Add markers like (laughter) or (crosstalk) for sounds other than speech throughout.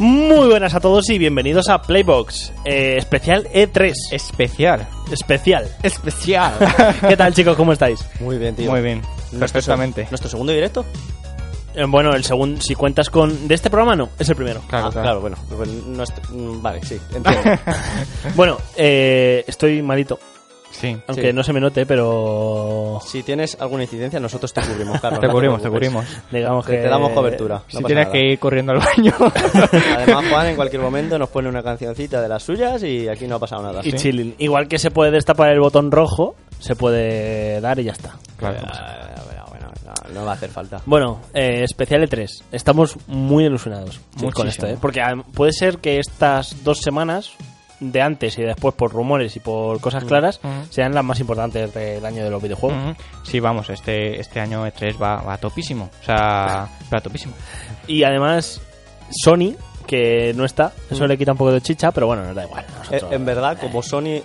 buenas a todos y bienvenidos a Playbox, eh, especial E3. Especial. Especial. Especial. ¿Qué tal, chicos? ¿Cómo (laughs) estáis? Muy bien, tío. (laughs) Muy bien. Perfectamente. ¿Nuestro segundo directo? Eh, Bueno, el segundo, si cuentas con. De este programa, no, es el primero. Claro, Ah, claro. bueno. pues nuestro- mm, vale, sí, (laughs) entiendo. Bueno, eh, estoy malito, Sí. aunque Sí. no se me note, pero. si tienes alguna incidencia, nosotros te cubrimos, Carlos. Te no cubrimos, te preocupes. cubrimos. Digamos que. Te, te damos cobertura. si tienes que ir corriendo al baño. Además, Juan en cualquier momento nos pone una cancioncita de las suyas y aquí no ha pasado nada. Y Sí. chilling. Igual que se puede destapar el botón rojo, se puede dar y ya está. claro. Ah, bueno, bueno, no, no va a hacer falta. Bueno, eh, especial E3. Estamos muy ilusionados muy con Muchísimo. esto, ¿eh? Porque ah, puede ser que estas dos semanas, de antes y de después, por rumores y por cosas claras, Mm. sean las más importantes del año de los videojuegos. Ujú. Sí, vamos, este, este año E3 va, va a topísimo. O sea, va a topísimo. Y además, Sony, que no está, eso le quita un poco de chicha, pero bueno, nos da igual. Eh, nosotros- En verdad, como Sony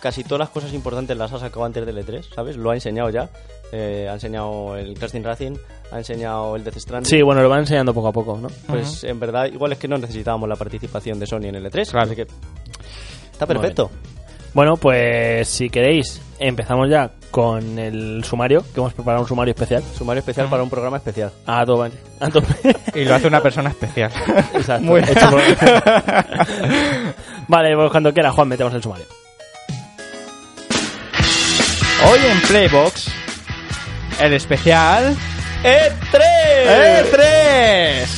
casi todas las cosas importantes las ha sacado antes del E3, ¿sabes? Lo ha enseñado ya. Eh, ha enseñado el Casting Racing, ha enseñado el Death Stranding. Sí, bueno, lo van enseñando poco a poco, ¿no? Pues en verdad, igual es que no necesitábamos la participación de Sony en el E3. Claro. así que está perfecto. Bueno, pues si queréis, empezamos ya con el sumario, que hemos preparado un sumario especial. Sumario especial para un programa especial. A tope. A tope. Y lo hace una persona especial. (laughs) Exacto. Muy bien. Hecho por- (laughs) vale, pues cuando quiera, Juan, metemos el sumario. Hoy en Playbox, el especial E ¡E3! E3.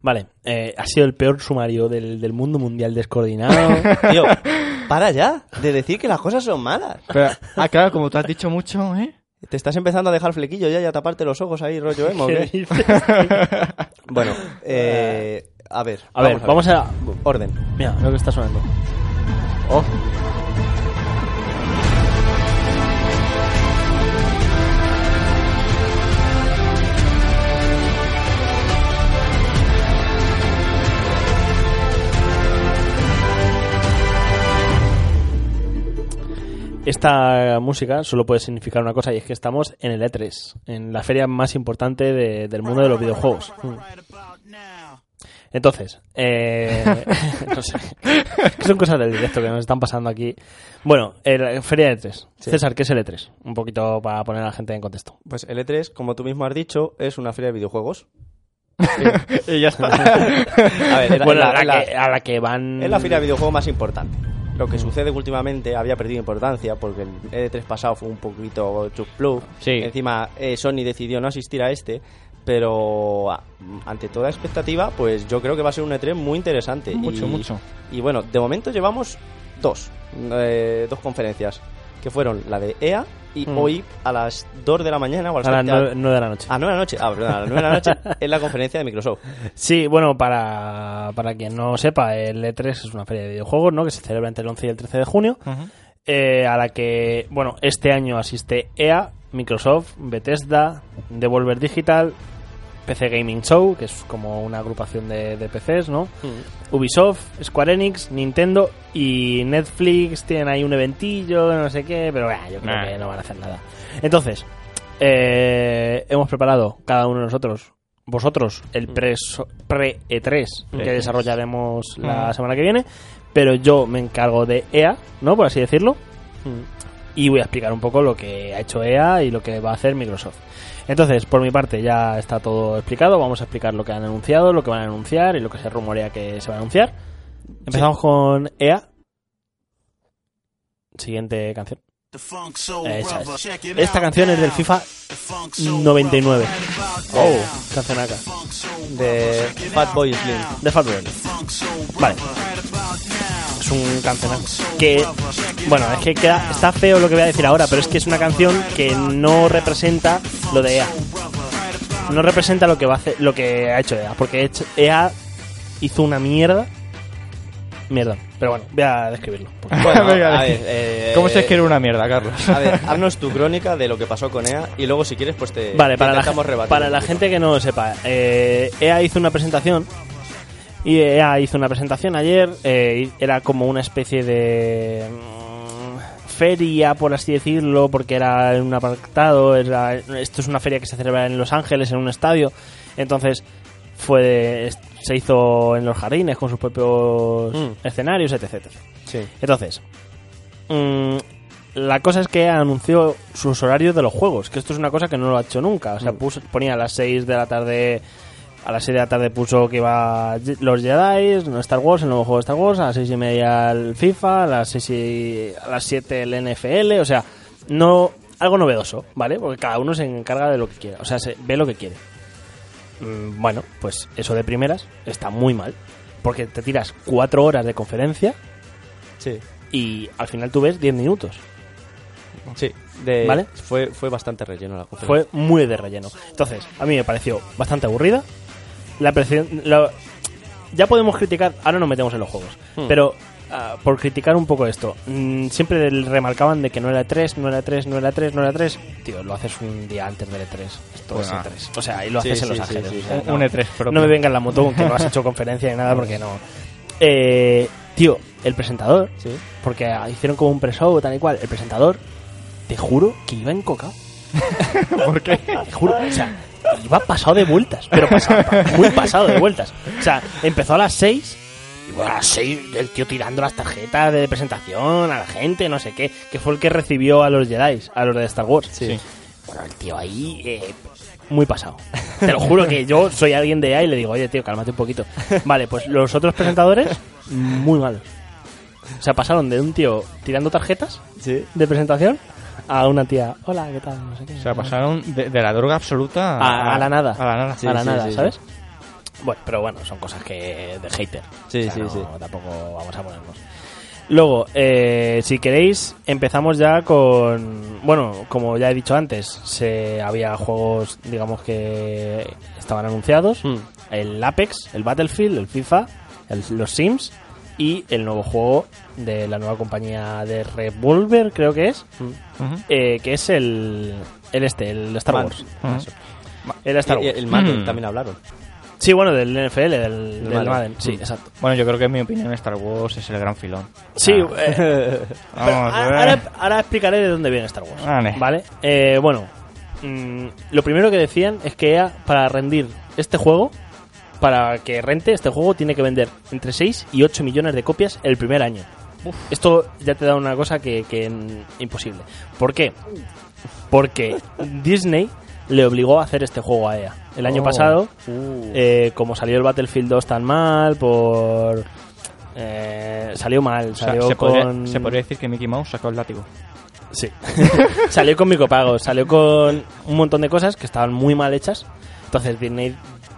Vale, eh, ha sido el peor sumario del, del mundo mundial descoordinado. Tío, para ya de decir que las cosas son malas. Pero, ah, claro, como tú has dicho mucho, ¿eh? Te estás empezando a dejar flequillo ya y a taparte los ojos ahí, rollo emo. ¿o (laughs) ¿Qué (laughs) qué? dices? Bueno, eh, a ver. A ver, vamos a. Orden. Mira, lo que está sonando. Oh. Esta música solo puede significar una cosa y es que estamos en el E3, en la feria más importante de- del mundo de los videojuegos. Mm. Entonces, eh, (laughs) no sé, Es que son cosas del directo que nos están pasando aquí. Bueno, el- feria de E3. César, ¿qué es el E3? Un poquito para poner a la gente en contexto. Pues el E3, como tú mismo has dicho, es una feria de (laughs) videojuegos. (laughs) Y ya está. A ver, en la- bueno, en a, la, en la- que, a la que van... es la feria de Mm. videojuegos más importante. Lo que sucede que últimamente había perdido importancia porque el E3 pasado fue un poquito chusplú. Sí. Encima eh, Sony decidió no asistir a este, pero a- ante toda expectativa, pues yo creo que va a ser un E3 muy interesante. Mucho, Y- mucho. Y bueno, de momento llevamos dos, eh, dos conferencias, que fueron la de EA y Mm. hoy a las 2 de la mañana o a las A las siete de la- 9 de la noche. a 9 de la noche, ah, perdón, a las 9 de la noche es la conferencia (laughs) de Microsoft. Sí, bueno, para, para quien no sepa, el E3 es una feria de videojuegos, ¿no? Que se celebra entre el 11 y el 13 de junio, Ujú. eh, a la que, bueno, este año asiste EA, Microsoft, Bethesda, Devolver Digital, PC Gaming Show, que es como una agrupación de, de PCs, ¿no? Ubisoft, Square Enix, Nintendo y Netflix tienen ahí un eventillo, no sé qué, pero bah, yo creo Nah. que no van a hacer nada. Entonces, eh, hemos preparado cada uno de nosotros, vosotros, el pre-E3 que Pre-E3. desarrollaremos la Mm. semana que viene, pero yo me encargo de EA, ¿no? Por así decirlo, y voy a explicar un poco lo que ha hecho EA y lo que va a hacer Microsoft. Entonces, por mi parte ya está todo explicado, vamos a explicar lo que han anunciado, lo que van a anunciar y lo que se rumorea que se va a anunciar. Empezamos con EA. Siguiente canción. Esa es. Esta canción es del FIFA 99. 99. Oh, canción acá. De Fatboy Slim. De Fatboy. Vale. Es un canción que bueno, es que queda, está feo lo que voy a decir ahora, pero es que es una canción que no representa lo de EA. No representa lo que va a hacer, lo que ha hecho EA, porque hecho- EA hizo una mierda. Mierda. Pero bueno, voy a describirlo. porque- Bueno, Venga, a ver, venga. eh, ¿Cómo se escribe una mierda, Carlos? (laughs) A ver, haznos tu crónica de lo que pasó con EA y luego si quieres pues te Vale, te para la, intentamos rebatir para un la poquito. gente que no lo sepa, eh, EA hizo una presentación. Y E EA hizo una presentación ayer. eh, era como una especie de. mm, feria, por así decirlo, porque era en un apartado, era, esto es una feria que se celebra en Los Ángeles, en un estadio, entonces fue de- se hizo en los jardines con sus propios Mm. escenarios, etc. etc. Sí. Entonces, mm, la cosa es que anunció sus horarios de los juegos, que esto es una cosa que no lo ha hecho nunca. O sea, puso- ponía a las 6 de la tarde, a las 6 de la tarde puso que iba Je- los Jedi, Star Wars, el nuevo juego de Star Wars, a las 6 y media el FIFA, a las 6 y, a las 7 el NFL, o sea, no algo novedoso, ¿vale? Porque cada uno se encarga de lo que quiera, o sea, se ve lo que quiere. Mm, bueno, pues eso de primeras está muy mal, porque te tiras cuatro horas de conferencia Sí. y al final tú ves 10 minutos. Sí. De- ¿Vale? Fue, fue bastante relleno la conferencia. Fue muy de relleno. Entonces, a mí me pareció bastante aburrida. La presión- la- ya podemos criticar, ahora nos metemos en los juegos, Hmm. pero ah, por criticar un poco esto, mm, siempre le remarcaban de que no era 3, no era 3, no era 3, no era 3. Tío, lo haces un día antes del E3. Esto Bueno. es E3. O sea, y lo Sí, haces en sí, Los sí, Ángeles. sí, sí. o sea, Un- no. Pues un E3 propio. No me venga en la moto con que no has hecho conferencia ni nada porque no. Eh, tío, el presentador, Sí. porque ah, hicieron como un pre-show tal y cual. El presentador, te juro que iba en coca. ¿Por (laughs) qué? Te juro, o sea, iba pasado de vueltas, pero pasado, pa- muy pasado de vueltas. O sea, empezó a las 6 y bueno, a las 6 el tío tirando las tarjetas de presentación a la gente, no sé qué, que fue el que recibió a los Jedi, a los de Star Wars. Sí. Bueno, el tío ahí, eh, muy pasado. Te lo juro que yo soy alguien de ahí y le digo, oye, tío, cálmate un poquito. Vale, pues los otros presentadores, muy malos. O sea, pasaron de un tío tirando tarjetas Sí. de presentación a una tía, hola, ¿qué tal? No sé qué. O sea, pasaron de, de la droga absoluta a, a la nada. A la nada. Sí, a la sí, nada, sí, sí. ¿sabes? Bueno, pero bueno, son cosas que de hater. Sí, O sea, sí, no, sí. Tampoco vamos a ponernos. Luego, eh, si queréis, empezamos ya con. Bueno, como ya he dicho antes, se, había juegos, digamos que estaban anunciados: Mm. el Apex, el Battlefield, el FIFA, el- los Sims y el nuevo juego de la nueva compañía de Revolver, creo que es, Ujú. eh, que es el, el este, el Star Man- Wars. Ujú. El Star Y- y Wars. el Madden Mm. también hablaron. Sí, bueno, del NFL, del, del Madden. Mm. Madden. Sí, exacto. Bueno, yo creo que en mi opinión Star Wars es el gran filón. Sí, Ah, eh, pero (laughs) vamos a ver. a- ahora, ahora explicaré de dónde viene Star Wars. Vale. Eh, bueno, mm, lo primero que decían es que EA, para rendir este juego, para que rente este juego, tiene que vender entre 6 y 8 millones de copias el primer año. Esto ya te da una cosa que, que mm, imposible. ¿Por qué? Porque Disney le obligó a hacer este juego a EA. El año Oh. pasado Uh. eh, como salió el Battlefield 2 tan mal, por. eh, salió mal, O sea, salió se, con. podría, se podría decir que Mickey Mouse sacó el látigo. Sí. (laughs) salió con micropagos, salió con un montón de cosas que estaban muy mal hechas. Entonces Disney,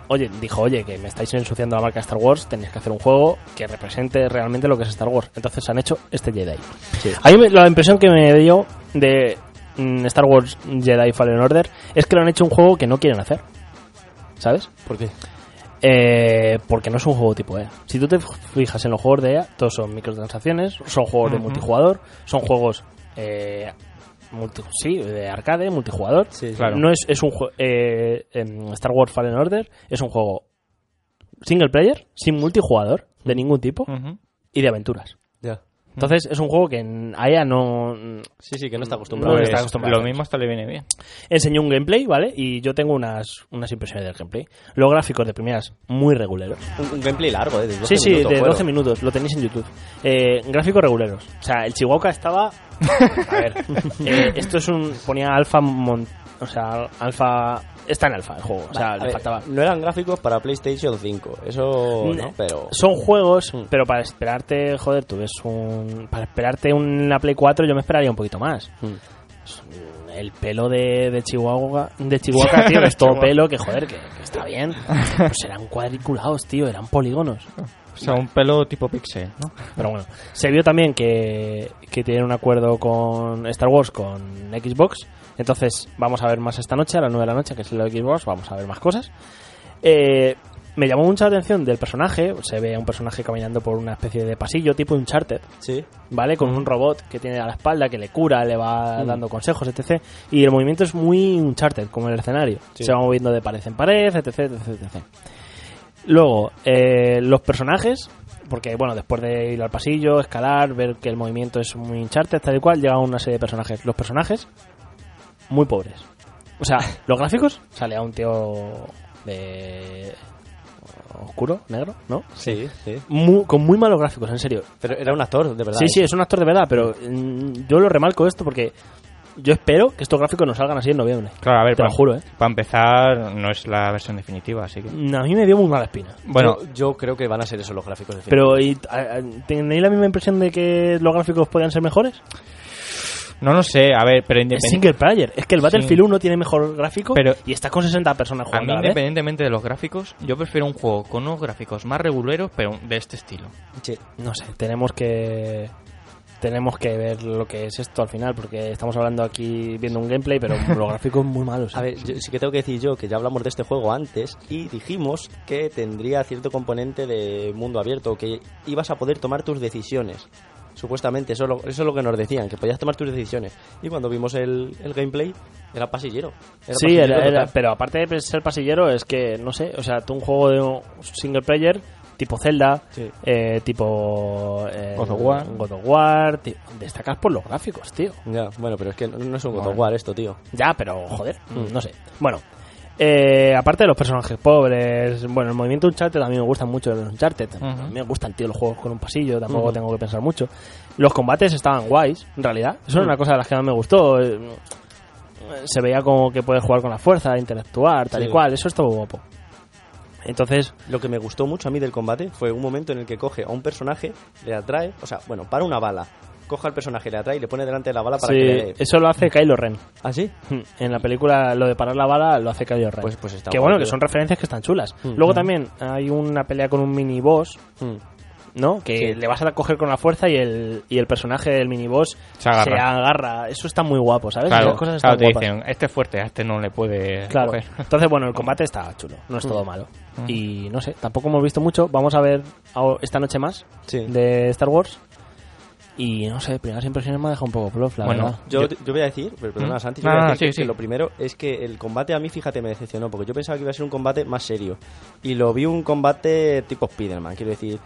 oye, dijo, oye, que me estáis ensuciando la marca Star Wars, tenéis que hacer un juego que represente realmente lo que es Star Wars. Entonces han hecho este Jedi. Sí. A mí me- la impresión que me dio de mm, Star Wars Jedi Fallen Order es que lo han hecho un juego que no quieren hacer. ¿Sabes? ¿Por qué? Eh, porque no es un juego tipo EA. Si tú te fijas en los juegos de EA, todos son microtransacciones, son juegos de Ujú. multijugador, son juegos eh, multi- sí, de arcade, multijugador. Sí, sí. Claro. No es, es un jue- eh, em, Star Wars Fallen Order es un juego single player, sin multijugador, de ningún tipo, Ujú. y de aventuras. Ya. Entonces es un juego que en- a EA no, Sí, sí, que no está No acostumbrado. le Pues, está acostumbrado. Lo mismo hasta le viene bien. enseñó un gameplay, ¿vale? Y yo tengo unas, unas impresiones del gameplay. Los gráficos de primeras muy reguleros. Un, un gameplay largo, ¿eh? De Sí, 12 sí, minutos, de bueno. 12 minutos, lo tenéis en YouTube. Eh, gráficos reguleros. O sea, el Chihuahua estaba. A ver, (laughs) eh, esto es un. Ponía alfa. mon- O sea, alfa. Está en alfa el juego. O sea, A le ver, faltaba. No eran gráficos para PlayStation 5. Eso, Mm, ¿no? Pero. Son juegos, Mm. pero para esperarte, joder, tú ves un. Para esperarte una Play 4, yo me esperaría un poquito más. Mm. El pelo de, de Chihuahua, de Chihuahua, tío, que es todo Chihuahua. pelo, que joder, que, que está bien. Pues eran cuadriculados, tío, eran polígonos. O sea, un pelo tipo pixel, ¿no? Pero bueno, se vio también que, que tienen un acuerdo con Star Wars, con Xbox. Entonces, vamos a ver más esta noche, a las 9 de la noche, que es la Xbox, vamos a ver más cosas. Eh, me llamó mucha atención del personaje. Se ve a un personaje caminando por una especie de pasillo, tipo un charter, Sí. ¿vale? Con un robot que tiene a la espalda, que le cura, le va Mm. dando consejos, etc. Y el movimiento es muy un charter, como el escenario. Sí. Se va moviendo de pared en pared, etc. etc, etc. Luego, eh, los personajes Porque, bueno, después de ir al pasillo, escalar, ver que el movimiento es muy hincharte, tal y cual, llegan una serie de personajes. Los personajes, muy pobres. O (laughs) sea, los gráficos, sale a un tío de. oscuro, negro, ¿no? Sí, sí. Muy- con muy malos gráficos, en serio. Pero era un actor, de verdad. Sí, ¿eh? sí, es un actor de verdad, pero mm, yo lo remarco esto porque yo espero que estos gráficos nos salgan así en noviembre. Claro, a ver, Te lo pa- juro, ¿eh? Para empezar, no es la versión definitiva, así que. Mm, A mí me dio muy mala espina. Bueno, yo, yo creo que van a ser esos los gráficos. de fin. Pero, ¿y, a- a- ¿tenéis la misma impresión de que los gráficos podían ser mejores? no lo sé, a ver, pero Es independientemente. single player. Es que el Battlefield 1 tiene mejor gráfico Pero- y estás con 60 personas A mí, jugando. a la vez. independientemente de los gráficos, yo prefiero un juego con unos gráficos más reguleros, pero de este estilo. Sí. No sé, tenemos que tenemos que ver lo que es esto al final porque estamos hablando aquí viendo un gameplay, pero los gráficos muy malos. ¿eh? A ver, yo- sí que tengo que decir yo que ya hablamos de este juego antes y dijimos que tendría cierto componente de mundo abierto, que ibas a poder tomar tus decisiones. Supuestamente, eso, es lo- eso es lo que nos decían, que podías tomar tus decisiones. Y cuando vimos el, el gameplay, era pasillero. Era Sí, pasillero era- total. era- pero aparte de ser pasillero, es que, no sé, o sea, tú un juego de un single player tipo Zelda, Sí. eh, tipo eh, God of War. God of War, ti- destacas por los gráficos, tío. Ya, bueno, pero es que no, no es un God of Bueno. War esto, tío. Ya, pero joder, no sé. Mm. Bueno, eh, aparte de los personajes pobres, bueno, el movimiento Uncharted a mí me gustan mucho los Uncharted. Ujú. A mí me gustan, tío, los juegos con un pasillo, tampoco tengo que pensar mucho. Los combates estaban guays, en realidad. Eso era una cosa de las que más me gustó. Eh, Se veía como que puedes jugar con la fuerza, interactuar, tal y Sí. cual. Eso estuvo guapo. Entonces, Lo que me gustó mucho a mí del combate fue un momento en el que coge a un personaje, le atrae, o sea, bueno, para una bala. Coja al personaje, le atrae y le pone delante de la bala para sí, que le dé. eso lo hace Kylo Ren. ¿Ah, sí? En la película lo de parar la bala lo hace Kylo Ren. Pues- pues está que guay, bueno, que tío. son referencias que están chulas. Luego también hay una pelea con un mini boss Mm. ¿no? Que Sí. le vas a coger con la fuerza y el, y el personaje del miniboss Se agarra. agarra. Eso está muy guapo, ¿sabes? Claro, Esas cosas están claro, te guapas. dicen, este es fuerte, a este no le puede Claro. coger. (laughs) Mm. Entonces, bueno, el combate está chulo, no es todo malo. Y no sé, tampoco hemos visto mucho. Vamos a ver a- esta noche más Sí. de Star Wars. Y no sé, primeras impresiones me ha dejado un poco plof, la Bueno, verdad. Yo, yo voy a decir, pero perdona, ¿Mm? Santi, yo No, voy a Ah, no, decir sí, que, sí. que lo primero es que el combate a mí, fíjate, me decepcionó, porque yo pensaba que iba a ser un combate más serio. Y lo vi un combate tipo Spiderman, quiero decir.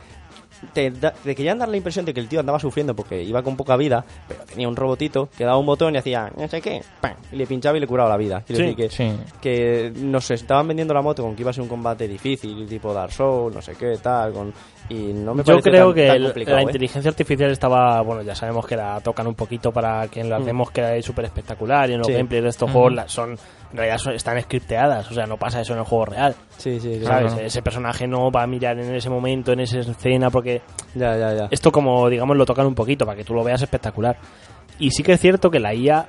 Te, da- te querían dar la impresión de que el tío andaba sufriendo porque iba con poca vida, pero tenía un robotito que daba un botón y hacía, no sé qué, ¡pam! y le pinchaba y le curaba la vida. Quiero Sí, decir que, sí. que nos estaban vendiendo la moto con que iba a ser un combate difícil, tipo Dark Souls, no sé qué, tal, con, y no me Yo parece creo tan- que tan el- complicado, la ¿eh? inteligencia artificial estaba, bueno, ya sabemos que la tocan un poquito para quien lo hacemos que es súper espectacular y en los Mm. Sí. gameplays de estos juegos la- son, en realidad son- están scripteadas, o sea, no pasa eso en el juego real, Sí, sí, sí. ¿sabes? Ese personaje no va a mirar en ese momento, en esa escena, porque Ya, ya, ya. esto como, digamos, lo tocan un poquito para que tú lo veas espectacular. Y sí que es cierto que la IA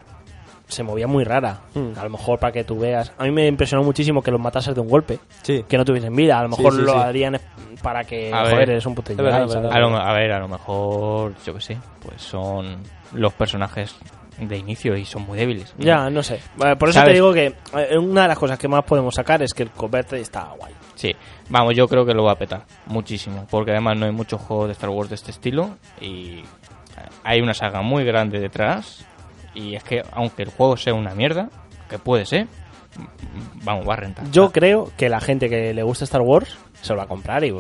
se movía muy rara, Mm. a lo mejor para que tú veas. A mí me impresionó muchísimo que los matases de un golpe. Sí. Que no tuviesen vida, a lo Sí, mejor sí, lo sí. harían es- para que. (laughs) A Eh, joder, ver. eres un puto verdad, Jedi, es ¿sabes? verdad. A, lo- a ver, a lo mejor, yo que sé, pues son los personajes de inicio y son muy débiles. Mm, Ya, no sé. Eh, Por eso ¿Sabes? te digo que eh, una de las cosas que más podemos sacar es que el combate está guay. Sí, vamos, yo creo que lo va a petar muchísimo, porque además no hay muchos juegos de Star Wars de este estilo y eh, hay una saga muy grande detrás y es que aunque el juego sea una mierda, que puede ser, m- vamos, va a rentar. Yo creo que la gente que le gusta Star Wars se lo va a comprar y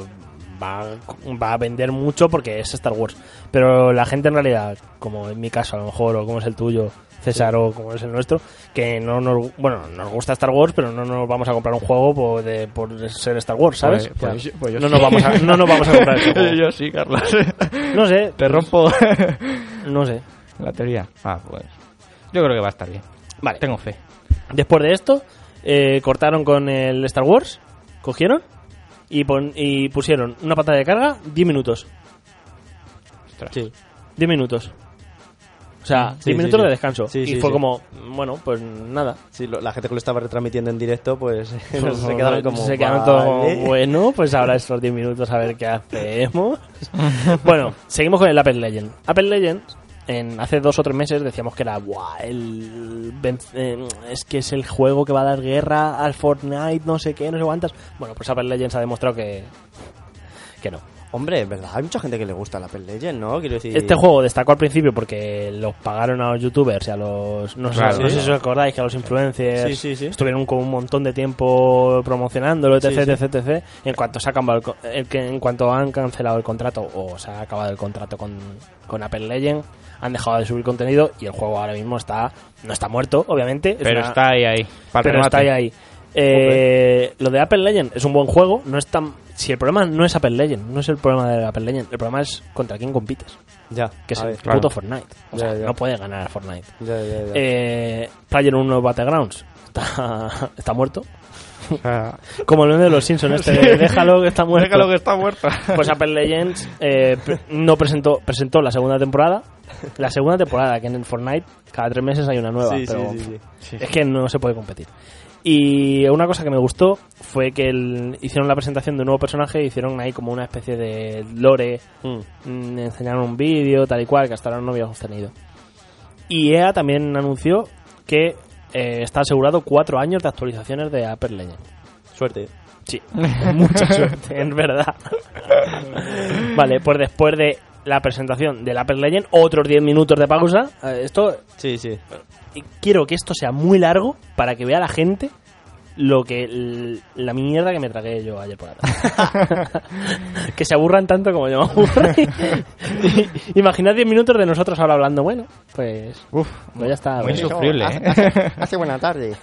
va, va a vender mucho porque es Star Wars. Pero la gente en realidad, como en mi caso a lo mejor, o como es el tuyo, César, o como es el nuestro, que no nos, bueno, nos gusta Star Wars, pero no nos vamos a comprar un juego por, de- por ser Star Wars, ¿sabes? Pues- pues yo- pues yo no, sí. nos vamos a, no nos vamos a (laughs) comprar ese juego. Yo sí, Carlos. No sé, Te rompo (laughs) no sé. la teoría. Ah, pues. Yo creo que va a estar bien. Vale. Tengo fe. Después de esto, eh, cortaron con el Star Wars, cogieron y, pon- y pusieron una pantalla de carga 10 minutos. Ostras. Sí. 10 minutos. O sea, Sí, 10 sí, minutos sí. de descanso. Sí, y sí, fue sí. como, bueno, pues nada. Sí, lo- la gente que lo estaba retransmitiendo en directo, pues (laughs) se quedaron como. Se quedaron "Vale". todos como, bueno, pues ahora estos 10 minutos a ver qué hacemos. (laughs) bueno, seguimos con el Apple Legend. Apple Legend, en, hace dos o tres meses decíamos que era, "Buah, el, ven- eh, es que es el juego que va a dar guerra al Fortnite, no sé qué, no sé cuántas. Bueno, pues Apple Legends ha demostrado que, que no. Hombre, es verdad, hay mucha gente que le gusta la Apple Legends, ¿no? Quiero decir... Este juego destacó al principio porque los pagaron a los youtubers y a los. No, sé- Claro. no sé Sí. si os acordáis que a los influencers Sí, sí, sí. estuvieron con un montón de tiempo promocionándolo, etc, Sí, sí. etc, etc. Y en cuanto, se ha acabado el co- el que- en cuanto han cancelado el contrato o se ha acabado el contrato con, con Apple Legend, han dejado de subir contenido y el juego ahora mismo está. No está muerto, obviamente. es Pero una- está ahí, ahí. para pero está remate. ahí. ahí. Eh, lo de Apple Legend es un buen juego. No es tan, si el problema no es Apple Legend, no es el problema de Apple Legend. El problema es contra quién compites, Ya, que es a el ver. puto claro. Fortnite. O Ya, sea, ya. no puede ganar a Fortnite. Ya, ya, ya. Eh, Player 1 Battlegrounds está, (laughs) está muerto. O (laughs) sea, Como el de los Simpsons, este, de déjalo que (laughs) está muerto. déjalo que está muerta. (laughs) Pues Apple Legends eh, pre- no presentó presentó la segunda temporada. La segunda temporada, que en el Fortnite cada tres meses hay una nueva. Sí, sí, pero sí, sí. es que no se puede competir. Y una cosa que me gustó fue que el- hicieron la presentación de un nuevo personaje, hicieron ahí como una especie de lore, Mm. mm, enseñaron un vídeo, tal y cual, que hasta ahora no habíamos tenido. Y EA también anunció que eh, está asegurado cuatro años de actualizaciones de Apple Legends. Suerte. Sí, mucha suerte, en verdad. vale, pues después de la presentación del Apple Legend, otros 10 minutos de pausa. Eh, Esto Sí, sí. y quiero que esto sea muy largo para que vea la gente lo que l- la mierda que me tragué yo ayer por la tarde. que se aburran tanto como yo me aburrí. Y- Imaginad 10 minutos de nosotros ahora hablando. Bueno, pues, pues ya está. Muy pues. insufrible, hace- ¿eh? (laughs) Hace buena tarde.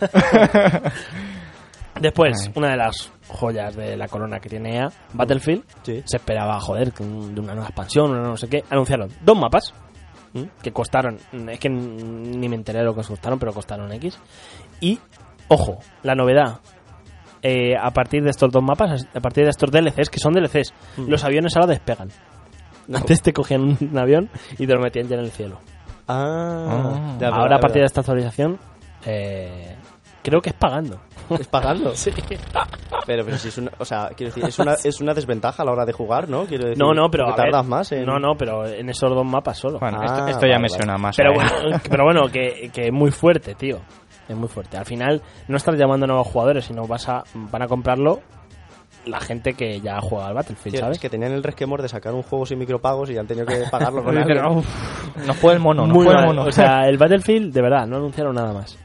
Después, una de las joyas de la corona que tiene EA, Battlefield, Sí. se esperaba, joder, que un- de una nueva expansión, una no sé qué. Anunciaron dos mapas ¿m? que costaron, mm, es que mm, ni me enteré de lo que costaron, pero costaron X. Y, ojo, la novedad. eh, a partir de estos dos mapas, a partir de estos DLCs, que son DLCs, Mm. los aviones ahora (laughs) despegan. Antes te cogían un avión y te lo metían ya en el cielo. Ah, Ah. ya, ahora, verdad, a partir de verdad. esta actualización, eh, creo que es pagando. Es (laughs) pagando. Sí. Pero, pero si es una, o sea, quiero decir, es una, es una desventaja a la hora de jugar, ¿no? Quiero decir, No, no, pero. porque a ver, tardas más en... No, no, pero en esos dos mapas solo. Bueno, Ah, esto, esto vale, ya me vale. suena más. pero, ¿eh? bueno, (laughs) pero bueno, que, que es muy fuerte, tío. Es muy fuerte. Al final, no estás llamando a nuevos jugadores, sino vas a, van a comprarlo la gente que ya ha jugado al Battlefield, Tío, ¿sabes? Es que tenían el resquemor de sacar un juego sin micropagos y han tenido que (laughs) pagarlo con Dicen, algo. "Uf, no fue el mono, no Muy fue el mal. mono. O sea, (laughs) el Battlefield, de verdad, no anunciaron nada más.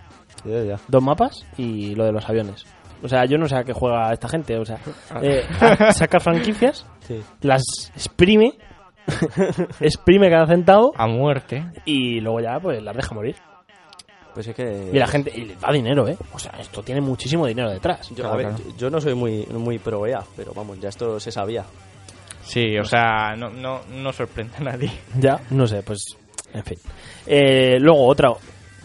Ya, ya. Dos mapas y lo de los aviones. O sea, yo no sé a qué juega esta gente. O sea, Ah. eh, a- saca franquicias, Sí. las exprime, (laughs) exprime cada centavo a muerte. y luego ya pues las deja morir. Pues es que... Y la gente y les da dinero, ¿eh? O sea, esto tiene muchísimo dinero detrás. Yo, a ver, yo no soy muy, muy pro EA, pero vamos, ya esto se sabía. Sí, o sea, no, no, no sorprende a nadie. Ya, no sé, pues, en fin. Eh, luego, otra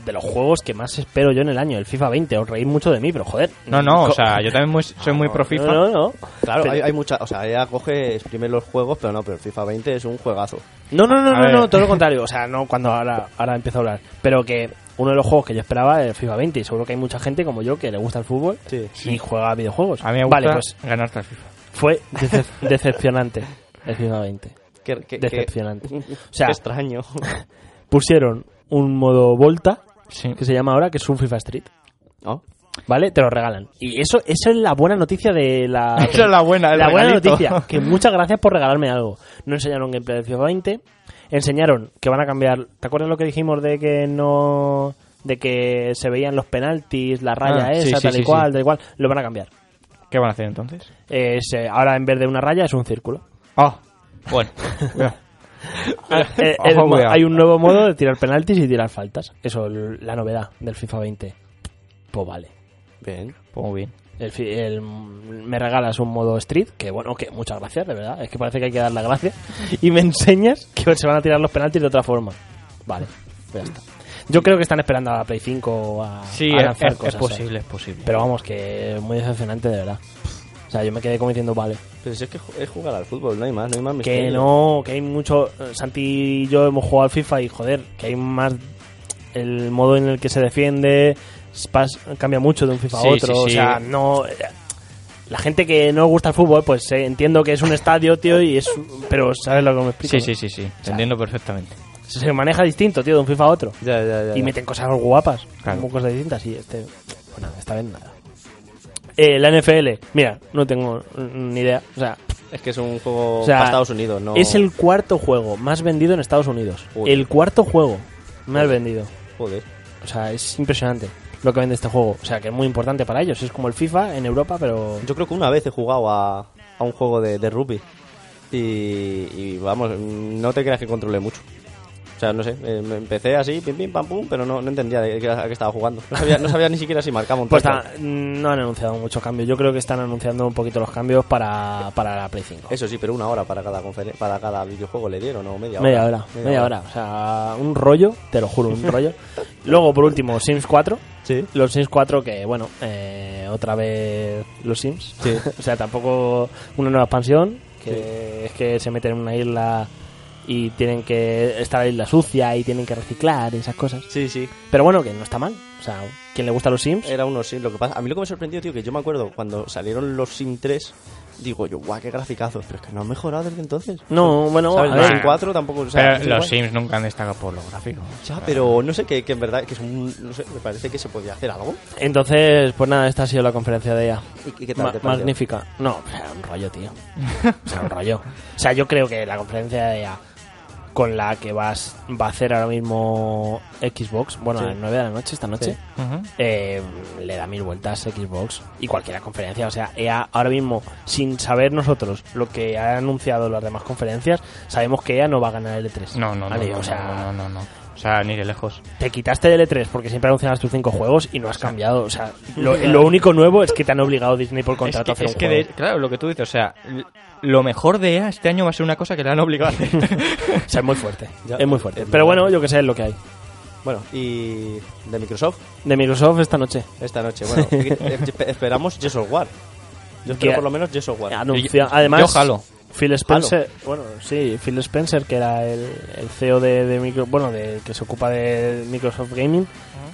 de los juegos que más espero yo en el año, el FIFA 20. Os reís mucho de mí, pero joder. No, no, Co- o sea, yo también muy- soy muy pro FIFA. No, no, no. Claro, Pero- hay, hay mucha... O sea, EA coge, exprime los juegos, pero no, pero el FIFA 20 es un juegazo. No, no, no, A no, ver. no, todo lo contrario. O sea, no cuando ahora, ahora empiezo a hablar. Pero que uno de los juegos que yo esperaba es el FIFA 20. Y seguro que hay mucha gente como yo que le gusta el fútbol Sí. y juega a videojuegos. A mí me gusta Vale, pues ganar tras FIFA. fue decep- (laughs) decepcionante el FIFA 20. Qué, qué- (laughs) qué- Decepcionante. O qué sea, (laughs) extraño. pusieron un modo Volta, Sí. que se llama ahora, que es un FIFA Street. ¿No? ¿Vale? Te lo regalan. Y eso, eso es la buena noticia de la. (laughs) (laughs) Esa es la buena, el La buena regalito. (laughs) noticia. Que muchas gracias por regalarme algo. No enseñaron gameplay del FIFA 20. Enseñaron que van a cambiar. ¿Te acuerdas lo que dijimos de que no. de que se veían los penaltis, la raya Ah, sí, esa, sí, tal y sí, cual, sí. tal y cual? Lo van a cambiar. ¿Qué van a hacer entonces? Eh, se- ahora en vez de una raya es un (laughs) círculo. Ah, bueno. Eh, el Ah, Ojo, mo- cuidado. hay un nuevo modo de tirar penaltis y tirar faltas. Eso, l- la novedad del FIFA 20. Pues vale. Bien. Pues muy bien. El fi- el- me regalas un modo street, que bueno, que muchas gracias, de verdad. Es que parece que hay que dar la gracia. Y me enseñas que se van a tirar los penaltis de otra forma. Vale, pues ya está. Yo creo que están esperando a la Play 5 a, Sí, a es- lanzar es, es cosas. ¿eh? posible, es posible. Pero vamos, que es muy decepcionante, de verdad. O sea, yo me quedé como diciendo, vale, Pero si es que ju- es jugar al fútbol, no hay más, no hay más que misterio. no, que hay mucho. eh, Santi y yo hemos jugado al FIFA y joder, que hay más. El modo en el que se defiende pas- cambia mucho de un FIFA a Sí, otro. sí, O sí. sea, no. eh, La gente que no gusta el fútbol, pues eh, entiendo que es un estadio, tío, y es. Pero sabes lo que me explico. sí, no? sí, sí, sí. Te entiendo perfectamente. Se maneja distinto, tío, de un FIFA a otro. Ya, ya, ya. Y ya. meten cosas guapas, Claro. como cosas distintas. Y este, bueno, esta vez nada. Eh, la NFL, mira, no tengo mm, ni idea. O sea, Es que es un juego O sea, para Estados Unidos, ¿no? Es el cuarto juego más vendido en Estados Unidos. Joder. El cuarto juego más vendido. Joder. O sea, es impresionante lo que vende este juego. O sea, que es muy importante para ellos. Es como el FIFA en Europa, pero... Yo creo que una vez he jugado a, a un juego de, de rugby. Y, y vamos, no te creas que controlé mucho. O sea, no sé, eh, me empecé así, pim, pim, pam, pum, pero no, no entendía de qué- a qué estaba jugando. (laughs) No sabía, no sabía ni siquiera si marcaba un Pues touchdown. está- no han anunciado muchos cambios. Yo creo que están anunciando un poquito los cambios para, para la Play 5. Eso sí, pero una hora para cada conferen- para cada videojuego le dieron, ¿no? Media hora. Media hora, media, hora. O sea, un rollo, te lo juro, un (laughs) rollo. Luego, por último, Sims 4. Sí. Los Sims 4 que, bueno, eh, otra vez los Sims. (laughs) o sea, tampoco una nueva expansión, que es que se meten en una isla y tienen que estar la isla sucia y tienen que reciclar y esas cosas. Sí, sí. Pero bueno, que no está mal. O sea, quien le gusta los Sims, Era uno sí. Lo que pasa, a mí lo que me sorprendió, tío, que yo me acuerdo cuando salieron los Sim 3, digo yo, guau, qué graficazos. Pero es que no han mejorado desde entonces. No, bueno, ¿Sabes? a Los ver. Sim 4 tampoco. o sea, Pero es los igual. Sims nunca han destacado por los gráficos. Ya, pero no sé, que, que en verdad, que es un, no sé, me parece que se podía hacer algo. Entonces, pues nada, esta ha sido la conferencia de ella. ¿Y- y qué tal te pareció? magnífica. No, o sea, un rollo, tío. O sea, un rollo. O sea, yo creo que la conferencia de ella con la que vas, va a hacer ahora mismo Xbox, bueno, Sí. a las 9 de la noche, esta noche, Ujú. eh, le da mil vueltas Xbox y cualquier conferencia. O sea, EA ahora mismo, sin saber nosotros lo que ha anunciado las demás conferencias, sabemos que EA no va a ganar el E3. No, no, no, Vale, no, o sea, no, no, no, no. O sea, ni de lejos. te quitaste del E3 porque siempre anunciabas tus cinco juegos y no has cambiado. O sea, (laughs) lo, lo único nuevo es que te han obligado Disney por contrato es que, a hacer es un que juego. de- claro, lo que tú dices, o sea, l- lo mejor de EA este año va a ser una cosa que le han obligado a (laughs) hacer. O sea, es muy fuerte. Ya. es muy fuerte. Es Pero muy bueno, yo que sé es lo que hay. Bueno, y de Microsoft De Microsoft esta noche. esta noche. Bueno, (laughs) espe- esperamos Gears of War. Yo espero Que- por lo menos Gears of War. Anuncia, yo- además, yo jalo. Phil Spencer, bueno, sí, Phil Spencer, que era el, el CEO de, de Micro, bueno, del que se ocupa de Microsoft Gaming,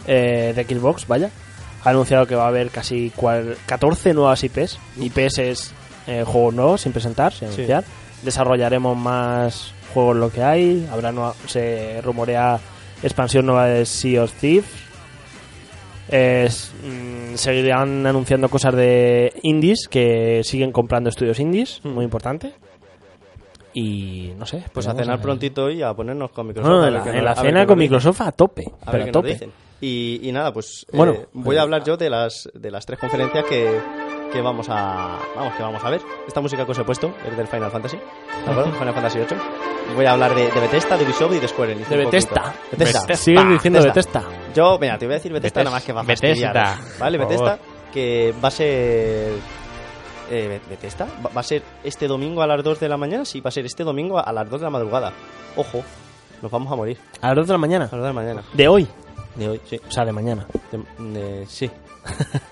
eh, de Xbox, vaya, ha anunciado que va a haber casi cual- 14 nuevas IPs. IPs es eh, juegos nuevos sin presentar, sin Sí. anunciar. Desarrollaremos más juegos lo que hay. Habrá nueva- se rumorea expansión nueva de Sea of Thieves. Eh, s- mm, seguirán anunciando cosas de indies que siguen comprando estudios indies, muy importante. Y no sé, Hmm. Pues a veremos cenar ver. prontito y a ponernos con Microsoft. No, a en ver la, qué en nos- la a ver cena qué con nos dicen. Microsoft a tope, A ver pero qué a nos tope. dicen. Y, y nada, pues eh, Bueno. voy a hablar yo de las, de las tres conferencias que, que vamos a vamos que vamos a ver. Esta música que os he puesto es del Final Fantasy, ¿de acuerdo? (laughs) Final Fantasy VIII. Voy a hablar de, de Bethesda, de Ubisoft y de Square Enix. De un poquito. Bethesda. Bethesda. Siguen diciendo de Bethesda. testa. Yo, mira, te voy a decir Bethesda Bethesda. nada más que va a Bethesda, fastidiar. Vale, por Bethesda, favor. que va a ser... Eh, Be- ¿Bethesda? Va- Va a ser este domingo a las 2 de la mañana, sí, va a ser este domingo a las 2 de la madrugada. Ojo, nos vamos a morir. A las 2 de la mañana. A las 2 de la mañana. De hoy. De hoy, sí. O sea, de mañana. De- de- sí.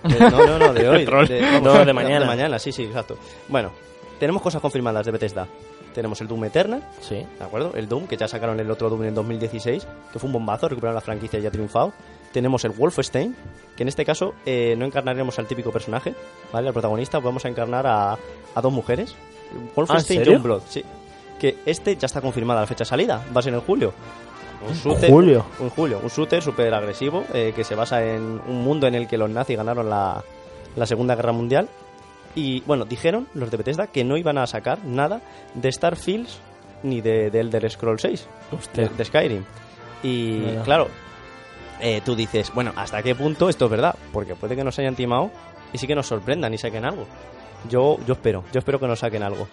De- no, no, no, de hoy. Troll. De, No, de mañana. De mañana, sí, sí, exacto. Bueno, tenemos cosas confirmadas de Bethesda. Tenemos el Doom Eternal, Sí. ¿de acuerdo? El Doom, que ya sacaron el otro Doom en el 2016, que fue un bombazo, recuperaron la franquicia y ha triunfado. Tenemos el Wolfenstein, que en este caso eh, no encarnaremos al típico personaje, ¿vale? Al protagonista, vamos a encarnar a, a dos mujeres. Wolfenstein serio? Youngblood, sí. Que este ya está confirmada la fecha de salida, va a ser en julio. Un shooter- julio. Un julio, un shooter súper agresivo eh, que se basa en un mundo en el que los nazis ganaron la, la Segunda Guerra Mundial. Y bueno, dijeron los de Bethesda que no iban a sacar nada de Starfield ni de, de Elder Scrolls 6, de, Hostia. de Skyrim. Y Mira. claro, eh, tú dices, bueno, ¿hasta qué punto esto es verdad? Porque puede que nos hayan timado y sí que nos sorprendan y saquen algo. Yo, yo espero, yo espero que nos saquen algo.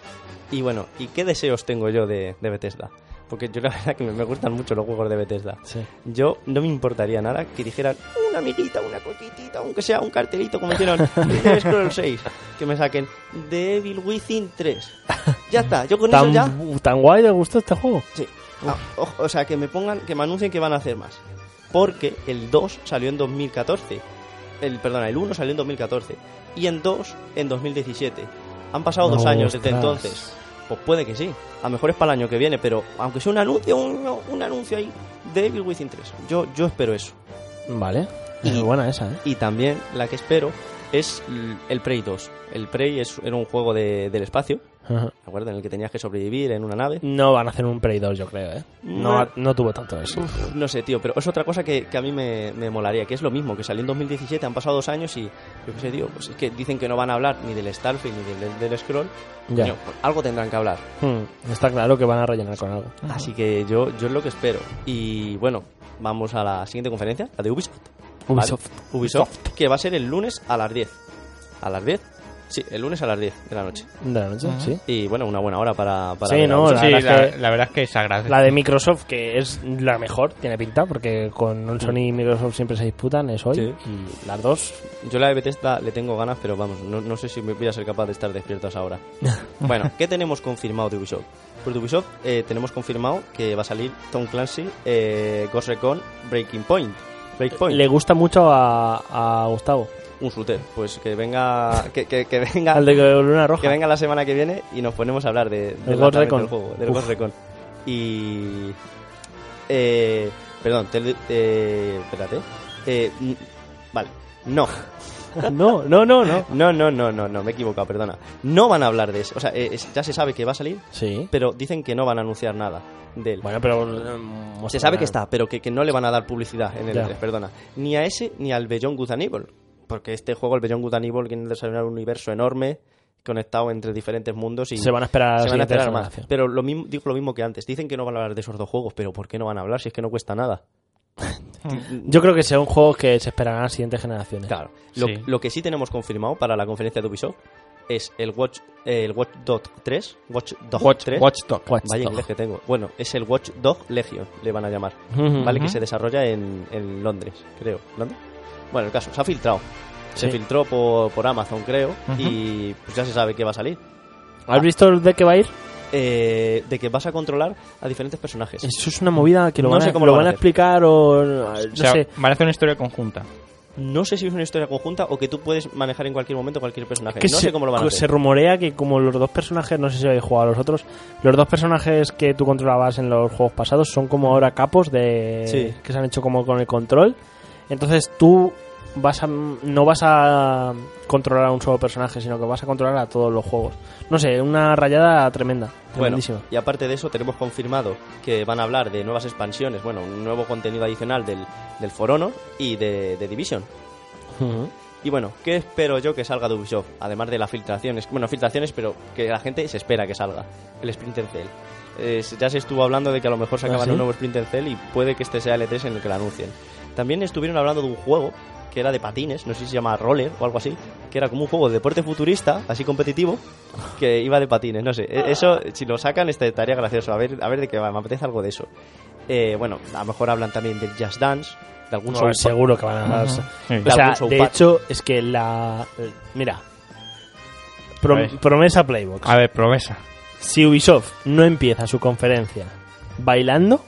Y bueno, ¿y qué deseos tengo yo de, de Bethesda? Porque yo la (laughs) verdad que me, me gustan mucho los juegos de Bethesda. Sí. Yo no me importaría nada que dijeran una amiguita, una coquitita, aunque sea un cartelito (laughs) como hicieron en Elder Scrolls 6, que me saquen Devil Within 3. Ya está, yo con eso ¿Tan, ya tan guay de gusto este juego. Sí. Ah, o, o sea, que me pongan, que me anuncien que van a hacer más. Porque el 2 salió en 2014. El, perdona, el 1 salió en 2014. Y el 2 en 2017. Han pasado dos No, años desde ostras. entonces. Pues puede que sí. A lo mejor es para el año que viene, pero aunque sea un anuncio, un, un anuncio ahí de Evil Within 3. Yo, yo espero eso. (laughs) Vale. Y- Es muy buena esa, ¿eh? Y también la que espero es l- el Prey 2. El Prey es, era un juego de- del espacio Ajá. ¿De acuerdo? En el que tenías que sobrevivir en una nave. No van a hacer un Prey 2, yo creo, ¿eh? No, Bueno. no tuvo tanto eso. No sé, tío, pero es otra cosa que, que a mí me, me molaría, que es lo mismo, que salió en 2017, han pasado dos años y yo qué sé, tío, pues es que dicen que no van a hablar ni del Starfield ni del, del Scroll. Ya. Coño, pues algo tendrán que hablar. Hmm, Está claro que van a rellenar con algo. Así que yo, yo es lo que espero. Y bueno, vamos a la siguiente conferencia, la de Ubisoft. ¿vale? Ubisoft. Ubisoft, que va a ser el lunes a las 10. ¿A las 10? Sí, el lunes a las 10 de la noche. De la noche, Ajá. sí. Y bueno, una buena hora para... para Sí, ver a no, Ubisoft. la sí, verdad la, es que- la verdad es que se agradece. La de Microsoft, que es la mejor, tiene pinta, porque con Sony y Microsoft siempre se disputan, es hoy. Sí. Y las dos, Yo la de Bethesda le tengo ganas, pero vamos, no, no sé si me voy a ser capaz de estar (laughs) despiertas ahora. bueno, ¿qué tenemos confirmado de Ubisoft? Pues de Ubisoft eh, tenemos confirmado que va a salir Tom Clancy, eh, Ghost Recon, Breaking Point. Breakpoint, le gusta mucho a, a Gustavo. un shooter. Pues que venga, que, que- que venga, Al de Luna Roja. (laughs) que venga la semana que viene y nos ponemos a hablar de, de Del la Ghost nave Recon. del juego, del Uf. Ghost Recon. Y eh, perdón, te- eh, espérate. Eh, mm, vale, no. No, no, (laughs) no, no. No, no, no, no, no, me he equivocado, perdona. No van a hablar de eso. O sea, eh, es- ya se sabe que va a salir, Sí. pero dicen que no van a anunciar nada de él. Bueno, pero. mm, se sabe mostrarán. que está, pero que, que no le van a dar publicidad en el Ya. E3, perdona. Ni a ese ni al Beyond Good and Evil. Porque este juego, el Beyond Good and Evil, quiere desarrollar un universo enorme conectado entre diferentes mundos y Se van a esperar a la se van a siguiente esperar más. generación. Pero lo mismo, digo lo mismo que antes. Dicen que no van a hablar de esos dos juegos, pero ¿por qué no van a hablar si es que no cuesta nada? Yo creo que será un juego que se esperarán a las siguientes generaciones. Claro. Lo, Sí. lo que sí tenemos confirmado para la conferencia de Ubisoft es el Watch, eh, el Watch Dog 3. Watch Dog Watch, 3. Watchdog. Watch Vaya Dog. inglés que tengo. Bueno, es el Watch Dog Legion, le van a llamar. Ujú. ¿Vale? Que Ujú. se desarrolla en, en Londres, creo. ¿Londres? Bueno, el caso, se ha filtrado. Se Sí. filtró por, por Amazon, creo. Ujú. Y pues ya se sabe que va a salir. ¿Has visto de qué va a ir? Eh, de que vas a controlar a diferentes personajes. Eso es una movida que lo No van, a, sé cómo lo lo van van a a hacer. explicar o. No O sea, sé. van a hacer una historia conjunta. No sé si es una historia conjunta o que tú puedes manejar en cualquier momento cualquier personaje. Que no se, sé cómo lo van a que hacer. se rumorea que como los dos personajes, no sé si habéis jugado a los otros, los dos personajes que tú controlabas en los juegos pasados son como ahora capos de Sí. que se han hecho como con el control. Entonces tú vas a no vas a controlar a un solo personaje, sino que vas a controlar a todos los juegos. No sé, una rayada tremenda, Bueno, tremendísima. y aparte de eso, tenemos confirmado que van a hablar de nuevas expansiones, bueno, un nuevo contenido adicional del, del For Honor y de, de Division. Y bueno, ¿qué espero yo que salga de Ubisoft? Además de las filtraciones, bueno, filtraciones, pero que la gente se espera que salga, el Splinter Cell. Eh, ya se estuvo hablando de que a lo mejor sacaban Ah, sí? un nuevo Splinter Cell y puede que este sea el E3 en el que lo anuncien. También estuvieron hablando de un juego que era de patines, no sé si se llama roller o algo así, que era como un juego de deporte futurista, así competitivo, que iba de patines, no sé. E- Eso, si lo sacan, este- estaría gracioso. A ver, a ver de qué va, me apetece algo de eso. Eh, bueno, a lo mejor hablan también del Just Dance, de algún No, South Park. seguro que van a dar- Ujú. Sí. O sea, algún show de pack. hecho es que la eh, mira prom- A ver. promesa Playbox. A ver, promesa. Si Ubisoft no empieza su conferencia bailando,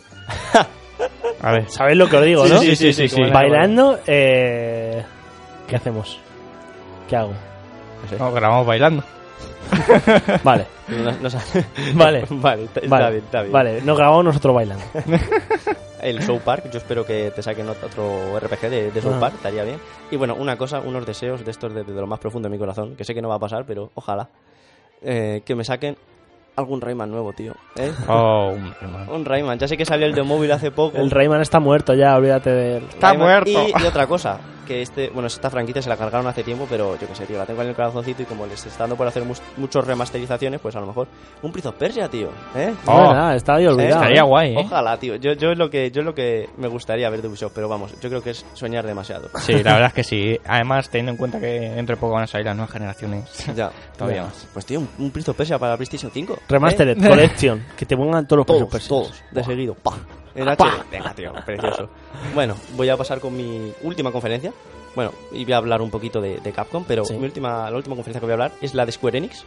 A ver. ¿sabéis lo que os digo, Sí, no? sí, sí, sí, sí. Bailando, eh, ¿qué hacemos? ¿Qué hago? No, grabamos (laughs) bailando. Vale, No- no sé. vale, (laughs) vale, (laughs) está, está vale, bien, está bien. vale, nos grabamos nosotros bailando. El Show Park, yo espero que te saquen ot- otro RPG de, de South Ah. Park, estaría bien. Y bueno, una cosa, unos deseos de estos de, de lo más profundo de mi corazón, que sé que no va a pasar, pero ojalá. eh, que me saquen algún Rayman nuevo, tío. (laughs) ¿eh? Oh, un- hermano. Un Rayman, ya sé que salió el de móvil hace poco. El Rayman está muerto ya, olvídate de él. Está Rayman. muerto. Y, y otra cosa, que este, bueno, esta franquicia se la cargaron hace tiempo, pero yo qué sé, tío, la tengo en el corazoncito y como les está dando por hacer muchas remasterizaciones, pues a lo mejor un Prince of Persia, tío, ¿eh? No, Oh. nada, estaba yo olvidado. Estaría ¿eh? guay, ¿eh? Ojalá, tío. Yo, yo es lo que yo es lo que me gustaría ver de Ubisoft, pero vamos, yo creo que es soñar demasiado. Sí, la verdad es que sí. Además, teniendo en cuenta que entre poco van a salir las nuevas (laughs) generaciones. Ya. (laughs) Todavía Ya. más. Pues tío, un, un Prince of Persia para PlayStation 5. ¿eh? Remastered, (laughs) Collection, que te pongan todos los Todos, Prince of Persia. todos, de seguido. Pa. En Pa. HD. Venga, tío, precioso. Bueno, voy a pasar con mi última conferencia. Bueno, y voy a hablar un poquito de, de Capcom, pero Sí. mi última, la última conferencia que voy a hablar es la de Square Enix.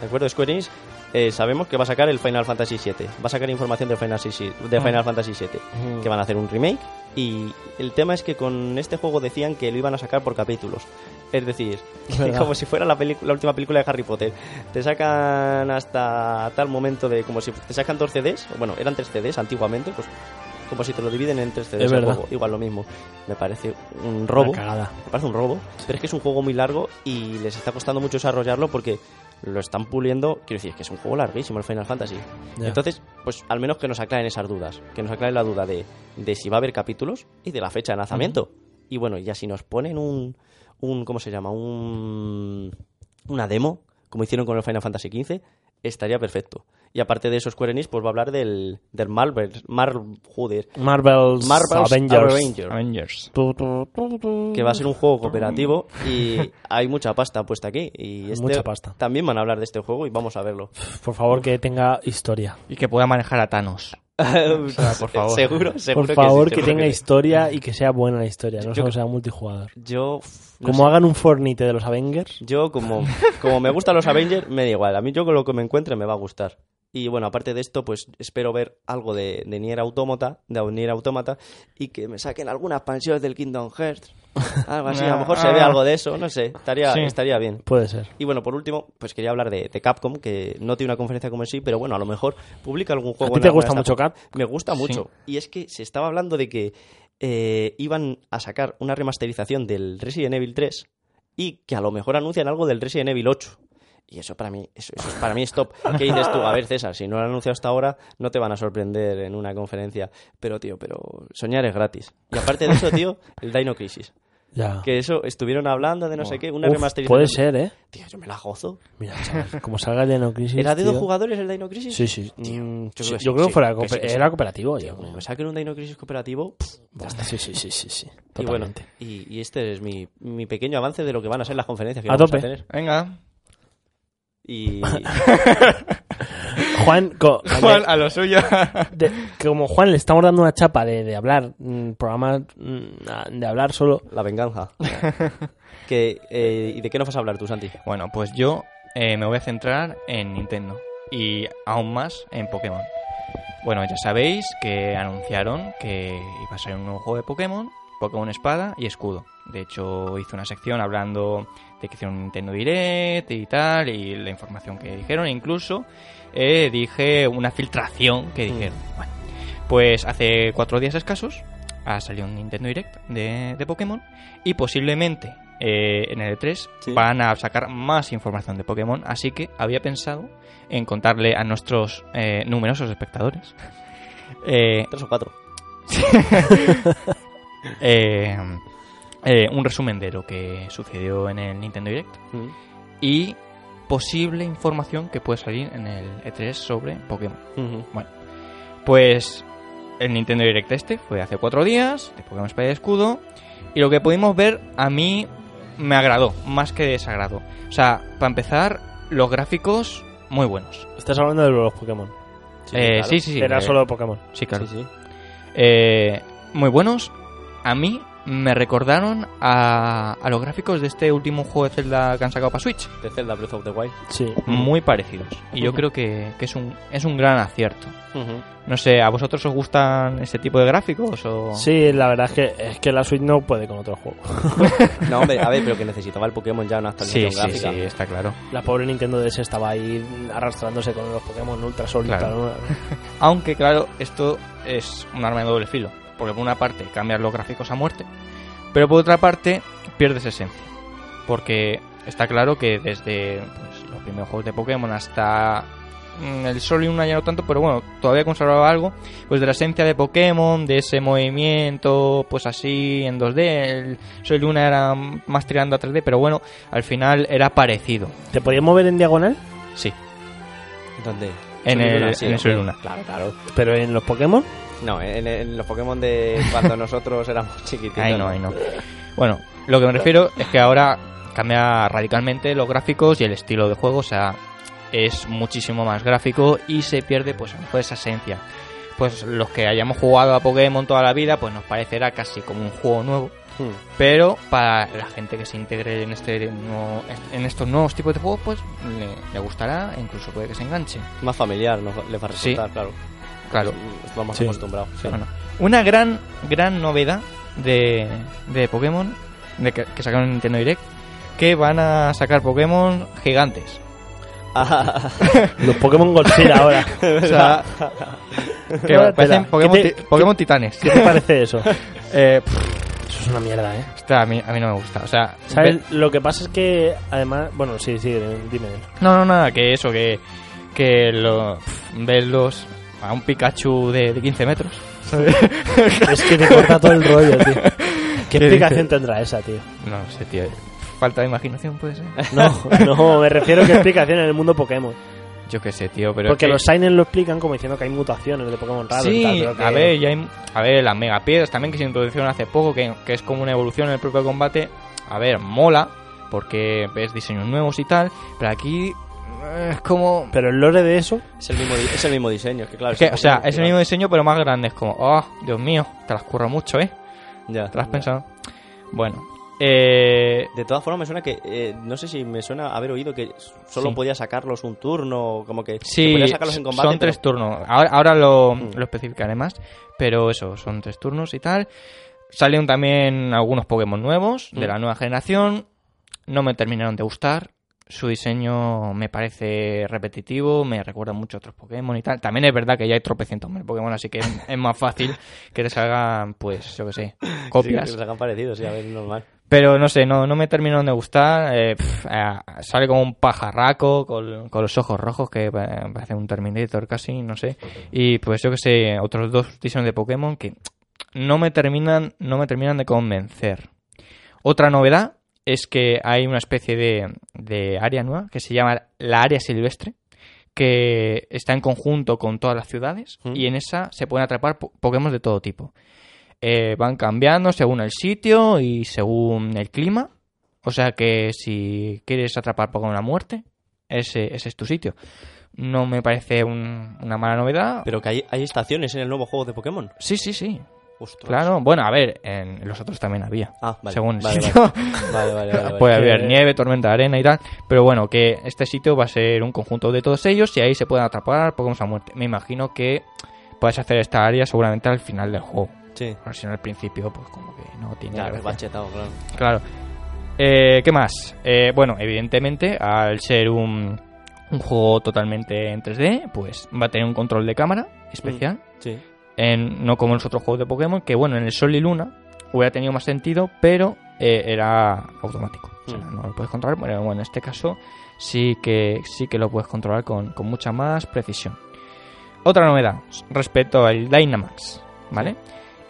¿De acuerdo? Square Enix eh, sabemos que va a sacar el Final Fantasy VII. Va a sacar información de Final, Fantasy- de Ah. Final Fantasy VII. Mm, que van a hacer un remake y el tema es que con este juego decían que lo iban a sacar por capítulos. Es decir, Es verdad. (laughs) como si fuera la, peli- la última película de Harry Potter. Te sacan hasta tal momento de como si te sacan dos CDs, bueno, eran tres CDs antiguamente, pues como si te lo dividen en tres CDs Es el verdad. juego. igual lo mismo. Me parece un Una robo cagada. me parece un robo, pero es que es un juego muy largo y les está costando mucho desarrollarlo porque lo están puliendo. Quiero decir, es que es un juego larguísimo el Final Fantasy. Ya. Entonces, pues al menos que nos aclaren esas dudas. Que nos aclaren la duda de, de si va a haber capítulos y de la fecha de lanzamiento. Y bueno, ya si nos ponen un, un. ¿Cómo se llama? Un. Una demo, como hicieron con el Final Fantasy XV, estaría perfecto. Y aparte de eso, Square Enix pues va a hablar del, del Marvel, Mar, joder, Marvel's, Marvel's Avengers. Avenger, Avengers. Tu, tu, tu, tu. que va a ser un juego cooperativo (laughs) y hay mucha pasta puesta aquí. Y este- Mucha pasta. También van a hablar de este juego y vamos (laughs) a verlo. Por favor, que tenga historia. Y que pueda manejar a Thanos. por favor. (laughs) Seguro, seguro Por favor, que, sí, seguro tenga sí. historia y que sea buena la historia, no Yo- solo sea multijugador. Yo, uf, no Como sé. hagan un Fornite de los Avengers, yo como, como me gustan los Avengers, me da igual. A mí yo con lo que me encuentre me va a gustar. Y bueno, aparte de esto, pues espero ver algo de, de Nier Automata, de Nier Automata, y que me saquen algunas expansiones del Kingdom Hearts. Algo así, a lo mejor se Ah. ve algo de eso, no sé, estaría, Sí. estaría bien. puede ser. Y bueno, por último, pues quería hablar de, de Capcom, que no tiene una conferencia como en sí, pero bueno, a lo mejor publica ¿A algún juego. ti en te alguna gusta de mucho estas- Cap? Me gusta mucho. Y es que se estaba hablando de que eh, iban a sacar una remasterización del Resident Evil 3 y que a lo mejor anuncian algo del Resident Evil 8. Y eso para mí, eso, eso es- para mí es top. ¿Qué dices tú? A ver, César, si no lo han anunciado hasta ahora, no te van a sorprender en una conferencia. Pero, tío, pero soñar es gratis. Y aparte de eso, tío, el Dino Crisis. Ya. Que eso, estuvieron hablando de no sé qué, una Uf, remasterización. puede ser, ¿eh? Tío, yo me la gozo. Mira, chaval, (laughs) como salga el Dino Crisis. ¿Era de dos tío. jugadores el Dino Crisis? Sí, sí. Mm, yo sí, creo que yo sí, creo sí, que fuera que sí, cooper- que sí. era cooperativo. yo creo. Como me saquen un Dino Crisis cooperativo. Sí, sí, sí, sí, sí. (laughs) Y bueno, Totalmente. y, y este es mi, mi pequeño avance de lo que van a ser las conferencias que A vamos tope. a tener. Venga. (laughs) Y Juan, co- (laughs) Juan, a lo suyo. (laughs) de- como Juan le estamos dando una chapa de, de hablar, mm, programa mm, a- de hablar solo. la venganza. (laughs) que, eh, ¿Y de qué nos vas a hablar tú, Santi? bueno, pues yo eh, me voy a centrar en Nintendo. Y aún más en Pokémon. Bueno, ya sabéis que anunciaron que iba a ser un nuevo juego de Pokémon, Pokémon Espada y Escudo. De hecho, hice una sección hablando de que hicieron un Nintendo Direct y tal, y la información que dijeron, e incluso eh, dije una filtración que dijeron. Bueno, pues hace cuatro días escasos ha salido un Nintendo Direct de, de Pokémon y posiblemente eh, en el E3 Sí. van a sacar más información de Pokémon, así que había pensado en contarle a nuestros eh, numerosos espectadores (laughs) eh, Tres o cuatro. eh, eh, un resumen de lo que sucedió en el Nintendo Direct y posible información que puede salir en el E3 sobre Pokémon. Ujú. Pues el Nintendo Direct este fue hace cuatro días, de Pokémon Espada y Escudo, y lo que pudimos ver a mí me agradó, más que desagradó. O sea, para empezar, los gráficos muy buenos. Estás hablando de los Pokémon. Sí, Eh, claro. sí, sí, sí, Era eh, solo de Pokémon. sí, claro. Sí, sí. Eh, muy buenos. A mí me recordaron a, a los gráficos de este último juego de Zelda que han sacado para Switch. De Zelda Breath of the Wild. Sí. Mm. Muy parecidos. Y yo Ujú. creo que, que es, un, es un gran acierto. Ujú. No sé, ¿a vosotros os gustan este tipo de gráficos? O... Sí, la verdad es que, es que la Switch no puede con otro juego. (laughs) No, hombre, a ver, pero que necesitaba el Pokémon ya una sí, actualización sí, gráfica. sí, está claro. La pobre Nintendo DS estaba ahí arrastrándose con los Pokémon Ultra Sol Ultra Claro. Luna. Aunque, claro, esto es un arma de doble filo. Porque por una parte cambias los gráficos a muerte, pero por otra parte pierdes esencia. Porque está claro que desde pues, los primeros juegos de Pokémon hasta mm, el Sol y Luna ya no tanto, pero bueno, todavía conservaba algo pues de la esencia de Pokémon, de ese movimiento, pues así en 2D. El Sol y Luna era más tirando a 3D, pero bueno, al final era parecido. ¿Te podías mover en diagonal? Sí, ¿Dónde? en Sol y el, Luna, sí, en el Sol y hombre. Luna. Claro, claro. Pero en los Pokémon, No, en, en los Pokémon de (laughs) cuando nosotros éramos chiquititos. Ahí no, ahí no. Bueno, lo que me refiero es que ahora cambia radicalmente los gráficos y el estilo de juego, o sea, es muchísimo más gráfico y se pierde pues a lo mejor esa esencia. Pues los que hayamos jugado a Pokémon toda la vida, pues nos parecerá casi como un juego nuevo. Hmm. Pero para la gente que se integre en, este nuevo- en estos nuevos tipos de juegos, pues le, le gustará e incluso puede que se enganche. Más familiar, nos va- les va a Sí. resultar, claro. Claro. Estamos más Sí. acostumbrados. Bueno, una gran, gran novedad de, de Pokémon de que, que sacaron en Nintendo Direct, que van a sacar Pokémon gigantes. (laughs) Ah, los Pokémon (laughs) Godzilla ahora. O (laughs) sea, que Espera, parecen Pokémon, ¿qué te- ti- Pokémon titanes. ¿Qué te parece eso? (laughs) Eh, pff, es una mierda, ¿eh? Esta a mí, a mí no me gusta. O sea, ¿Sabes? ve- Lo que pasa es que, además, bueno, sí, sí, dime. No, no, nada, que eso, que, que lo, pff, ves los, a un Pikachu de, de 15 metros. ¿sabes? Es que te corta todo el rollo, tío. ¿Qué, (laughs) ¿Qué dices? explicación tendrá esa, tío? No sé, tío. Falta de imaginación (laughs) puede ser. No, no, me refiero a qué explicación en el mundo Pokémon. Yo qué sé, tío, pero. es Porque que- los Signen lo explican como diciendo que hay mutaciones de Pokémon raros y Sí, tal, pero que- a ver, ya hay- a ver, las megapiedras también que se introdujeron hace poco, que, que es como una evolución en el propio combate. A ver, mola, porque ves diseños nuevos y tal, pero aquí eh, es como. Pero el lore de eso, (laughs) Es el mismo, di- es el mismo diseño, es que claro. es que, un o sea, poco es el mismo diseño, pero más grande. Es como, oh, Dios mío, te las curro mucho, ¿eh? Ya. ¿Te las has pensado? Bueno, eh. De todas formas, me suena que. eh, no sé si me suena haber oído que solo Sí. podía sacarlos un turno, como que. que Sí, podía sacarlos en combate. son tres pero- turnos. Ahora, ahora lo, Mm. lo especificaré más. Pero eso, son tres turnos y tal. Salieron también algunos Pokémon nuevos Mm. de la nueva generación. No me terminaron de gustar. Su diseño me parece repetitivo, me recuerda mucho a otros Pokémon y tal. También es verdad que ya hay tropecientos mil Pokémon, así que es, es más fácil que te salgan, pues, yo qué sé, copias. (laughs) Sí, que les hagan parecidos, sí, a ver, normal. Pero no sé, no, no me terminaron de gustar. eh, pf, eh, sale como un pajarraco con, con los ojos rojos que eh, parece un Terminator casi, no sé. Y pues yo que sé, otros dos diseños de Pokémon que no me terminan, no me terminan de convencer. Otra novedad es que hay una especie de, de área nueva que se llama la área silvestre, que está en conjunto con todas las ciudades ¿Mm? y en esa se pueden atrapar po- Pokémon de todo tipo. Eh, van cambiando según el sitio y según el clima. O sea que si quieres atrapar Pokémon a muerte, ese, ese es tu sitio. No me parece un- una mala novedad. Pero que hay, hay estaciones en el nuevo juego de Pokémon. Sí, sí, sí. Ostras. Claro, bueno, a ver, en los otros también había. Ah, vale. según el vale, sitio. (laughs) Vale, vale, vale. vale, Eh, vale. Puede que- haber nieve, tormenta de arena y tal. Pero bueno, que este sitio va a ser un conjunto de todos ellos y ahí se pueden atrapar Pokémon a muerte. Me imagino que puedes hacer esta área seguramente al final del juego. Sí. Pero si no al principio, pues como que no tiene Ya, gracia. rechetado, claro. Claro. Eh, ¿Qué más? Eh, bueno, evidentemente, al ser un, un juego totalmente en 3D, pues va a tener un control de cámara especial. Sí. en- no como en los otros juegos de Pokémon, que bueno, en el Sol y Luna hubiera tenido más sentido, pero eh, era automático. O sea, Hmm. Mm. no lo puedes controlar, pero bueno, en este caso sí que, sí que lo puedes controlar con, con mucha más precisión. Otra novedad s- respecto al Dynamax, ¿vale?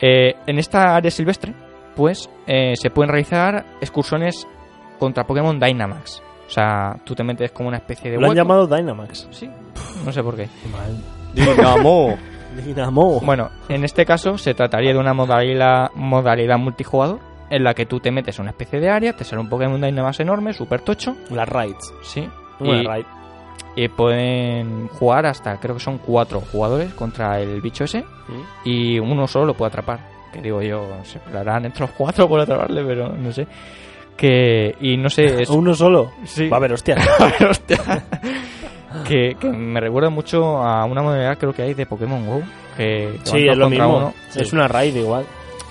Eh, en esta área silvestre, pues eh, se pueden realizar excursiones contra Pokémon Dynamax. O sea, tú te metes como una especie de lo han hueco. llamado Dynamax. Sí, no sé por qué. (laughs) Dinamo. Dinamo. Bueno, en este caso se trataría de una modalidad, modalidad multijugador en la que tú te metes en una especie de área, te sale un Pokémon Dynamax enorme, super tocho, Las raids. sí, Una y, raid. y pueden jugar hasta, creo que son cuatro jugadores contra el bicho ese ¿Mm? y uno solo lo puede atrapar. Que digo yo, se pelearán entre los cuatro por atraparle, pero no sé. Que, y no sé, es, Uno solo. sí. Va a haber, hostia. Hostia. que, que me recuerda mucho a una modalidad creo que hay de Pokémon GO. Que que van Sí, dos es lo contra mismo. uno. Es una raid igual.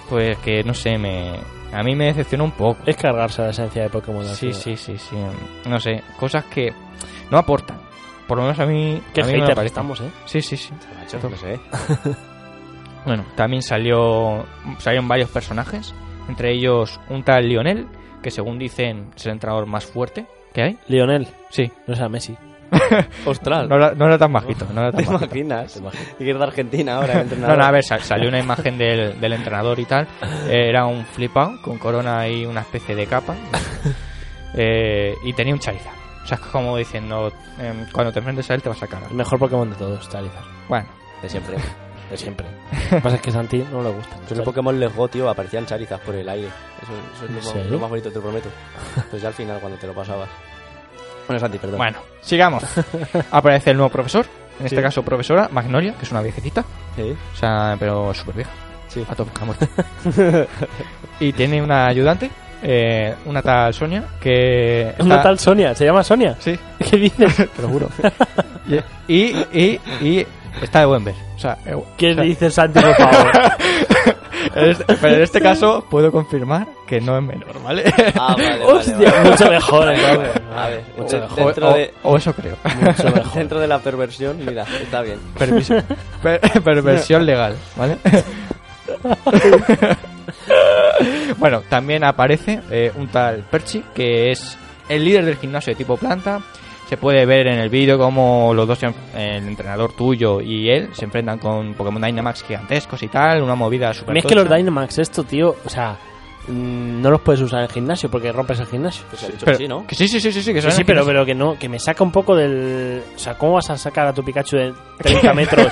Pues que no sé, me a mí me decepciona un poco. Es cargarse la esencia de Pokémon. al Sí, final. sí, sí, sí. No sé, cosas que no aportan. Por lo menos a mí. Qué a mí no me hater parecen. estamos, ¿eh? Sí, sí, sí. Macho, no sé. Bueno, también salió salieron varios personajes, entre ellos un tal Lionel, que según dicen es el entrenador más fuerte que hay. Lionel, Sí. no sea Messi. (laughs) Ostras. No era, no era tan bajito, no era (laughs) ¿Te tan bajito. imaginas? Y que es de Argentina ahora, el No, entrenador. no, a ver, sal- salió una imagen del, del entrenador (laughs) y tal. Eh, Era un flipado con corona y una especie (laughs) de capa. Eh, y tenía un Charizard. O sea, es como diciendo, em, cuando te enfrentes a él te vas a cagar. El mejor Pokémon de todos, Charizard. Bueno, De siempre. De siempre. Lo que pasa es que Santi no le gusta. Yo en el Pokémon Let's Go, tío, aparecían Charizard por el aire. Eso, eso ¿En es lo, serio? más- lo más bonito, te lo prometo. Pues ya al final, cuando te lo pasabas. Bueno, Santi, perdón. bueno, (laughs) sigamos. Aparece el nuevo profesor. En este caso, profesora Magnolia, que es una viejecita. Sí, O sea, pero súper vieja. sí. A tope, a muerte. (laughs) y tiene una ayudante, eh, una tal Sonia, que. Una está- tal Sonia, ¿se llama Sonia? (laughs) Sí. ¿Qué dices? te lo juro. (laughs) y, y, y está de buen ver. O sea, eh, ¿Qué (laughs) o sea, dices, Santi, por favor? en este- pero en este caso puedo confirmar que no es menor, (laughs) ¿vale? (laughs) Ah, vale, vale, Hostia, (laughs) vale. mucho mejor, eh, entonces. A ver, Mucho de- o, dentro, o- de, o eso creo. (laughs) dentro de la perversión, mira, está bien. Permisión- (laughs) per- perversión legal, ¿vale? (laughs) Bueno, también aparece eh, un tal Perchi, que es el líder del gimnasio de tipo planta. Se puede ver en el vídeo cómo los dos, se enf- el entrenador tuyo y él, se enfrentan con Pokémon Dynamax gigantescos y tal, una movida A super. mí es que los Dynamax, esto, tío, o sea, mm, no los puedes usar en el gimnasio porque rompes el gimnasio. Pues se ha dicho Pero- que sí, ¿no? que sí, sí, sí, sí, sí, que Sí, son sí, pero, pero que no, que me saca un poco del. O sea, ¿cómo vas a sacar a tu Pikachu de (laughs) 30 metros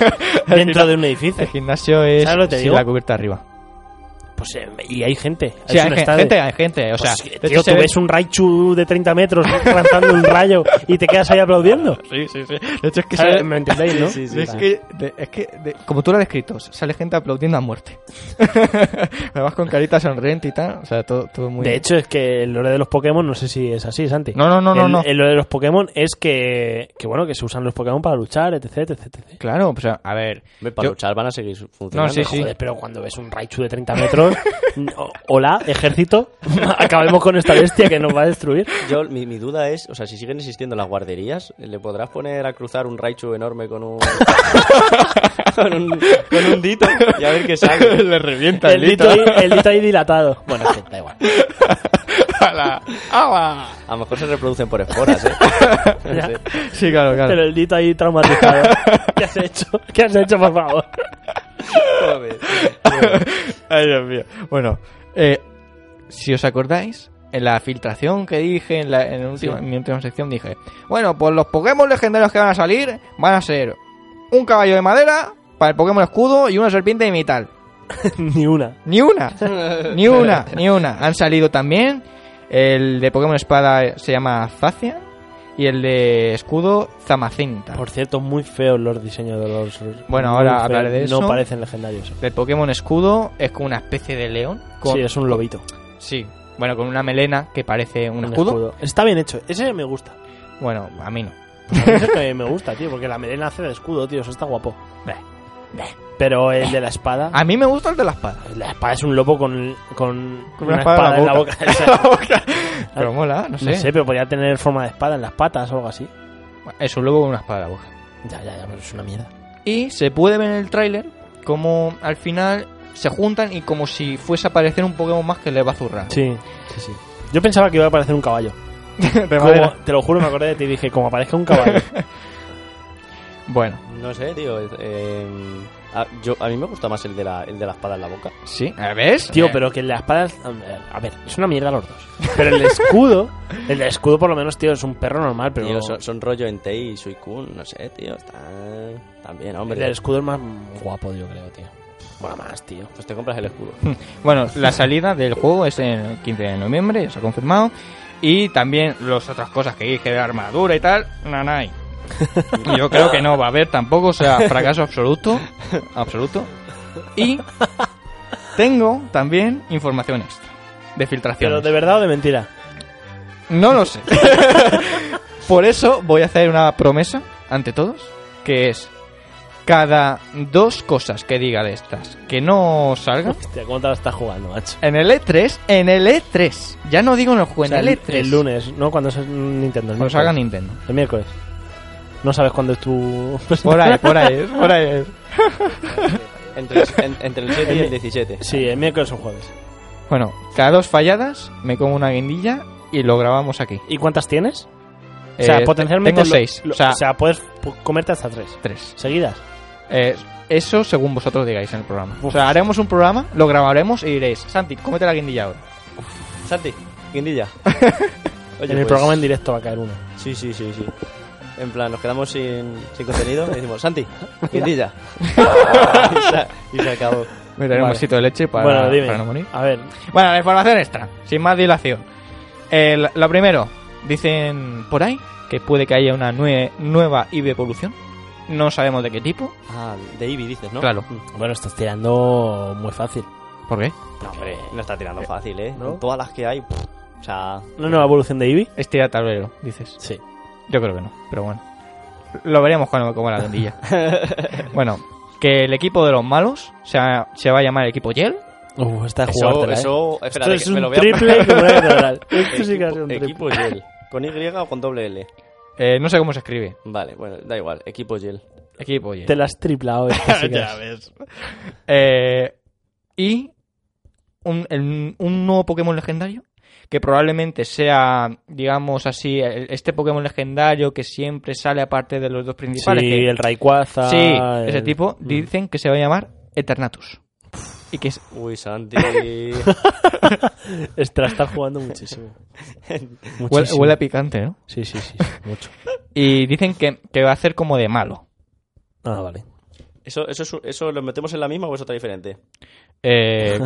dentro de un edificio? El gimnasio es ¿Sabes lo que te sin digo? la cubierta arriba. Pues, eh, y hay gente. Sí, es hay un gen- estadio. gente, hay gente. O sea, Pues, de hecho tío, se tú ve- ves un Raichu de 30 metros lanzando un rayo y te quedas ahí aplaudiendo. (laughs) Sí, sí, sí. De hecho es que, ¿Sabes? se- ¿Me entendéis, no? Sí, sí, es sí. que, de- es que de- como tú lo has descrito, sale gente aplaudiendo a muerte. (laughs) Además con carita sonriente y tal. O sea, todo, todo muy... De hecho, es que el lore de los Pokémon, no sé si es así, Santi. No, no, no, no, El- no. El lore de los Pokémon es que, que, bueno, que se usan los Pokémon para luchar, etc, etc, etc. Claro, o sea, a ver... Hombre, Para yo- luchar van a seguir funcionando. No, sí, sí. Joder, pero cuando ves un Raichu de 30 metros, (laughs) no, hola, ejército, (laughs) acabemos con esta bestia que nos va a destruir. Yo, mi, mi duda es, o sea, si siguen existiendo las guarderías, ¿le podrás poner a cruzar un Raichu enorme con un... (laughs) con, un con un dito y a ver (laughs) qué (laughs) sale? Le revienta El dito, ahí, el dito ahí dilatado. Bueno, es que da igual. ¡Hala! ¡Hala! A lo mejor se reproducen por (laughs) esporas, ¿eh? No sé. Sí, claro, claro. Pero el dito ahí (laughs) traumatizado. ¿Qué has hecho? ¿Qué has hecho, por favor? Joder. Ay, Dios mío. Bueno, eh, si os acordáis, en la filtración que dije, en, la, en, la última- en mi última sección, dije: Bueno, pues los Pokémon legendarios que van a salir van a ser un caballo de madera para el Pokémon escudo y una serpiente de metal. Ni una. (laughs) Ni una, ni una, ni una. Han salido también. El de Pokémon espada se llama Zacian y el de escudo Zamacinta. Por cierto, muy feos los diseños de los. Bueno, muy ahora feos. hablaré de eso. No parecen legendarios. El Pokémon escudo es como una especie de león. con- Sí, es un lobito. Sí, bueno, con una melena que parece un, Un escudo. escudo. Está bien hecho. Ese me gusta. Bueno, a mí no. Ese que me gusta, tío, porque la melena hace de escudo, tío. Eso está guapo. Pero el de la espada. A mí me gusta el de la espada. (laughs) La espada es un lobo con, con, Con una espada en la boca. en la boca. (laughs) O sea, Pero mola, no sé. No sé, pero podría tener forma de espada en las patas o algo así. Es un lobo con una espada en la boca. Ya, ya, ya, pero es una mierda. Y se puede ver en el tráiler como al final se juntan y como si fuese a aparecer un Pokémon más que le va a zurrar. Sí, sí, sí. Yo pensaba que iba a aparecer un caballo. (laughs) De Como- madera. te lo juro, me acordé de ti y dije, como aparezca un caballo. Bueno, No sé, tío. eh, a, yo, a mí me gusta más el de, la, el de la espada en la boca. (laughs) sí. ¿Eh, ¿Ves? Tío, pero que la espada... A ver, es una mierda los dos. Pero el escudo... El escudo por lo menos, tío, es un perro normal, pero... Tío, son, son rollo Entei y Suicune, no sé, tío. Están, están bien, El hombre. del escudo es más guapo, yo creo, tío. Mola más, tío. Hmm. Pues te compras el escudo. Bueno, la salida del juego es el 15 de noviembre, ya se ha confirmado. Y también las otras cosas que dije de armadura y tal, nanay. Yo creo que no va a haber tampoco, o sea, fracaso absoluto. Absoluto. Y tengo también información extra de Pero filtraciones. de verdad o de mentira. No lo sé. (laughs) Por eso voy a hacer una promesa ante todos, que es cada dos cosas que diga de estas que no salgan, Hostia, ¿cómo te la estás jugando, macho? en el E3, en el E3. Ya no digo en el juego, O sea, en Pues el E E3. el lunes, ¿no? Cuando es el Nintendo. El E Cuando miércoles. salga Nintendo. El miércoles. No sabes cuándo es tu... (laughs) Por ahí, por ahí, es, por ahí. es. Entre, el- en- entre el 7 (laughs) y el 17. sí, el miércoles o el jueves. Bueno, cada dos falladas me como una guindilla y lo grabamos aquí. ¿Y cuántas tienes? O sea, Eh, potencialmente... Tengo lo- seis. lo- o sea, puedes pu- comerte hasta tres. tres. Seguidas. Eh, eso según vosotros digáis en el programa. O sea, haremos un programa, lo grabaremos y diréis, Santi, cómete la guindilla ahora. Santi, (laughs) guindilla. en Oye, el pues, programa en directo va a caer una. Sí, sí, sí, sí. En plan, nos quedamos sin, sin contenido y decimos, (laughs) Santi, guindilla. y, se, (laughs) y se acabó. Me daré un Vale. vasito de leche para, bueno, dime. para no morir. A ver, Bueno, la información extra, sin más dilación. El- lo primero, dicen por ahí que puede que haya una nue- nueva IV evolución. No sabemos de qué tipo. Ah, de Eevee dices, ¿no? Claro. bueno, estás tirando muy fácil. ¿Por qué? No, hombre, no está tirando fácil, ¿eh? ¿No? Todas las que hay, pff, o sea... ¿Una nueva evolución de Eevee? Estira tablero, dices. Sí. Yo creo que no, pero bueno. Lo veremos cuando me coma la guindilla. bueno, que el equipo de los malos se, ha- se va a llamar el equipo Yel. Uf, está de Eso, jugártela, ¿eh? eso... Esto Espérate, es que me lo un voy a... (laughs) triple como una catedral. Esto sí que va a ser equipo, un triple. equipo Yel. ¿Con Y o con doble L? Eh, no sé cómo se escribe. Vale, bueno, da igual. Equipo Yel. Equipo Yel. eh, (laughs) Te las tripla hoy. Ya ves. Eh, y un, el- un nuevo Pokémon legendario que probablemente sea, digamos así, el- este Pokémon legendario que siempre sale aparte de los dos Sí, principales. que- el Mm. Rayquaza. sí, el- ese tipo, dicen que se va a llamar Eternatus. Y que es (laughs) Uy, Santi. Estra está jugando muchísimo. huele, (laughs) Muchísimo. huele a picante, ¿no? Sí, sí, sí, mucho. Y dicen que, que va a hacer como de malo. Ah, vale. ¿Eso, eso, es un- ¿Eso lo metemos en la misma o es otra diferente? (laughs) Eh,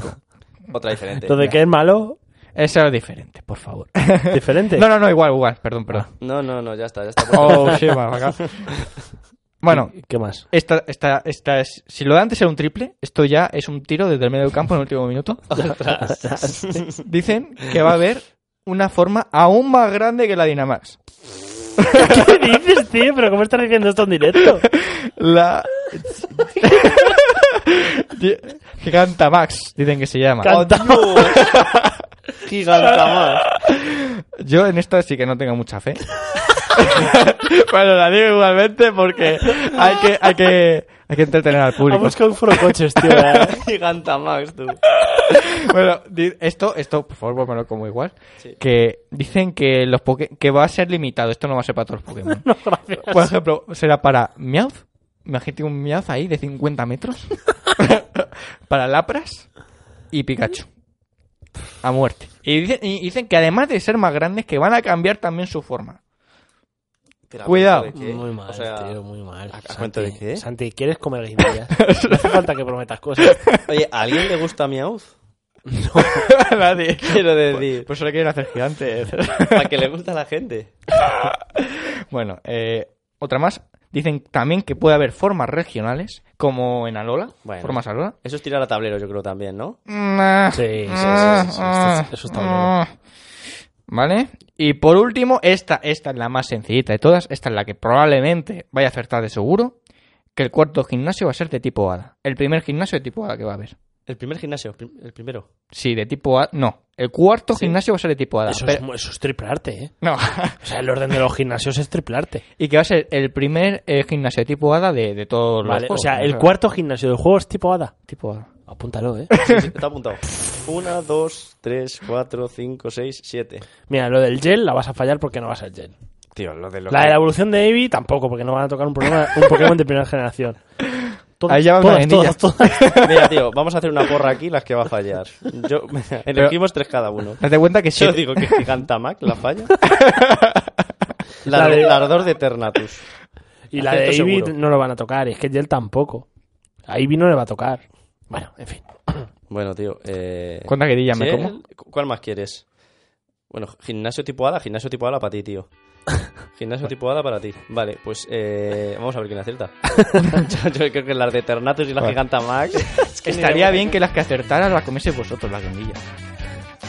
Otra diferente. Entonces, ¿qué es malo? eso es diferente, por favor. ¿Diferente? No, no, no, igual, igual, perdón, Ah. perdón. No, no, no, ya está, (laughs) ya está. Oh, shit, va, va, va. Bueno, ¿Qué más? (laughs) Esta, esta, esta es- si lo de antes era un triple, esto ya es un tiro desde el medio del campo en el último minuto. Dicen que va a haber una forma aún más grande que la Dynamax. ¿Qué dices, tío? ¿Pero cómo estás diciendo esto en directo? La... Di- (laughs) Gigantamax, dicen que se llama. Oh, (laughs) Gigantamax. Yo en esta sí que no tengo mucha fe. (laughs) bueno, la digo igualmente porque hay que, hay que, hay que entretener al Ha público. buscado un forocoches, tío. ¿verdad? Gigantamax, tú. Bueno, di- esto, esto, por favor, ponmelo como igual. Que dicen que los poké- que va a ser limitado. Esto no va a ser para todos los Pokémon. Por ejemplo, será para Meowth. Imagínate un Meowth ahí de 50 metros. (laughs) para Lapras y Pikachu. A muerte. Y dicen, y dicen que además de ser más grandes, que van a cambiar también su forma. (laughs) Pero, Cuidado. ¿de (laughs) qué? Muy mal, O sea, tío, muy mal. ¿a- a Santi, cuenta de qué? Santi, ¿quieres comer gallinillas? No hace falta que prometas cosas. Oye, ¿a alguien le gusta Meowth? Nadie. Quiero (laughs) decir, Por eso le quieren hacer gigantes. Pues, ¿a que le gusta a la gente? Bueno, eh, otra más. Dicen también que puede haber formas regionales, como en Alola. Bueno. Formas Alola. Eso es tirar a tablero, yo creo también, ¿no? Sí, sí, sí, sí, sí, esto- eso está bueno. ¿Vale? Y por último, esta, esta es la más sencillita de todas. Esta es la que probablemente vaya a acertar de seguro. Que el cuarto gimnasio va a ser de tipo hada. El primer gimnasio de tipo hada que va a haber. El primer gimnasio, prim- el primero. Sí, de tipo hada. No. El cuarto gimnasio va a ser de tipo hada. Eso es, pero- mu- eso es triple arte, ¿eh? No. (laughs) O sea, el orden de los gimnasios es triple arte. y que va a ser el primer eh, gimnasio de tipo hada de, de todos los Vale, o juegos, sea, ¿no? el cuarto gimnasio del juego es tipo hada. tipo hada. Apúntalo, ¿eh? Sí, sí, está (laughs) apuntado. Una, dos, tres, cuatro, cinco, seis, siete. Mira, lo del gel la vas a fallar porque no vas al gel. Tío, lo de lo La (laughs) de la evolución de Eevee tampoco, porque no van a tocar un, problema, un Pokémon de primera generación. Todas, Ahí ya van todas, gallinillas. todas, todas. Mira, tío, vamos a hacer una porra aquí, las que va a fallar. Yo, (laughs) elegimos tres cada uno. Date cuenta que Yo siete- digo que Gigantamax la (laughs) falla. La, La de- las dos de Ternatus. Y la de Acierto Eevee seguro. no lo van a tocar, y es que Gel tampoco. A Eevee no le va a tocar. Bueno, en fin. Bueno, tío. Eh... Cuenta que ya me ¿sí? como. ¿Cu- ¿Cuál más quieres? Bueno, gimnasio tipo ala, gimnasio tipo ala para (laughs) ti, tío. Gimnasio tipo ala para ti. Vale, pues eh, vamos a ver (laughs) quién acierta. (laughs) yo, yo creo que las de Ternatus y la (laughs) Vale. Gigantamax. es que ni Estaría me- bien que las que acertaras las coméis vosotros, (laughs) las guindillas.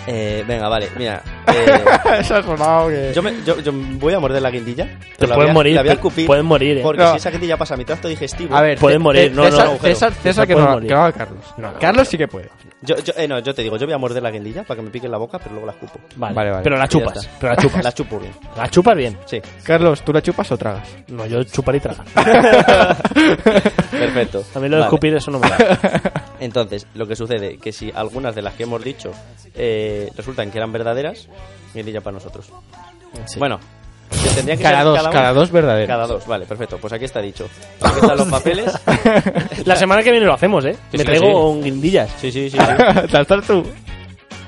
Eh, venga, vale, mira. eh, Eso es sonado que... yo, me, yo, yo voy a morder la guindilla. Te pero la pueden voy a- morir, La voy a te- escupir. pueden morir, ¿eh? Porque No. si esa guindilla pasa a mi tracto digestivo. A ver, Pueden Ce- morir, Ce- no, no, César, no, César, agujero. César, César que puede no, morir. que no haga Carlos. Carlos sí que puede. Yo, yo, eh, no, yo te digo, yo voy a morder la guindilla para que me pique en la boca, pero luego la escupo. Vale, Vale, vale. Pero la Y ya chupas, está. pero la chupas. (laughs) La chupo bien. La chupas bien. (laughs) Sí, Carlos, ¿tú la chupas o tragas? No, yo chupar y tragar. perfecto. También lo de Vale. escupir, eso no me da. Entonces, lo que sucede que si algunas de las que hemos dicho eh, resultan que eran verdaderas, guindilla para nosotros. Bueno, que tendría que Cada ser dos, una- cada dos verdaderas. Cada dos, vale, perfecto. Pues aquí está dicho. Aquí están (laughs) los papeles. La semana que viene lo hacemos, ¿eh? Sí, Me sí, pego sí. un guindillas. Sí, sí, sí. sí. (laughs) ¿Tastar tú?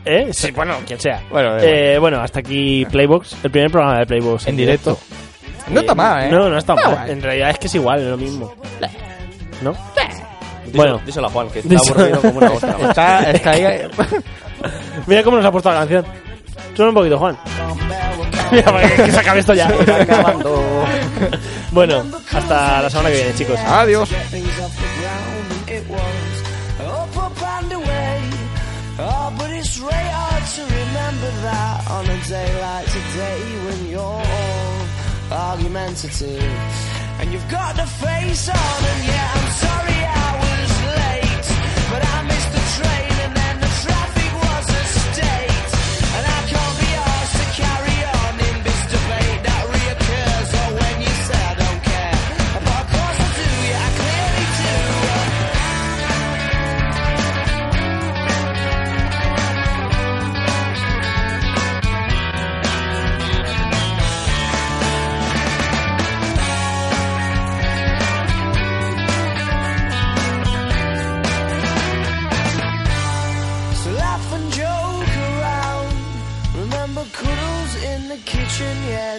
¿Eh? Sí, bueno, quien sea. Bueno, da igual. eh, bueno, hasta aquí Playbox, el primer programa de Playbox. En directo. No está mal, ¿eh? No, no está mal. guay. En realidad es que es igual, es lo mismo. ¿No? Díselo- Bueno, díselo a Juan, que está Díselo- aburrido como una ostra. macho. Está, está ahí... eh. mira cómo nos ha puesto la canción. Suena un poquito, Juan. Mira, para que, que se acabe esto ya. (laughs) bueno, hasta la semana que viene, chicos. Adiós. things off the ground and it was up, up and away. Oh, but it's really hard to remember that on a day like today when you're all argumentative and you've got the face on and yeah, I'm sorry I was late, but I missed the train and then the traffic was a state and I can't be asked to carry on in this debate that reoccurs or when you say I don't care. But of course I do, yeah, I clearly do. in the kitchen, yeah,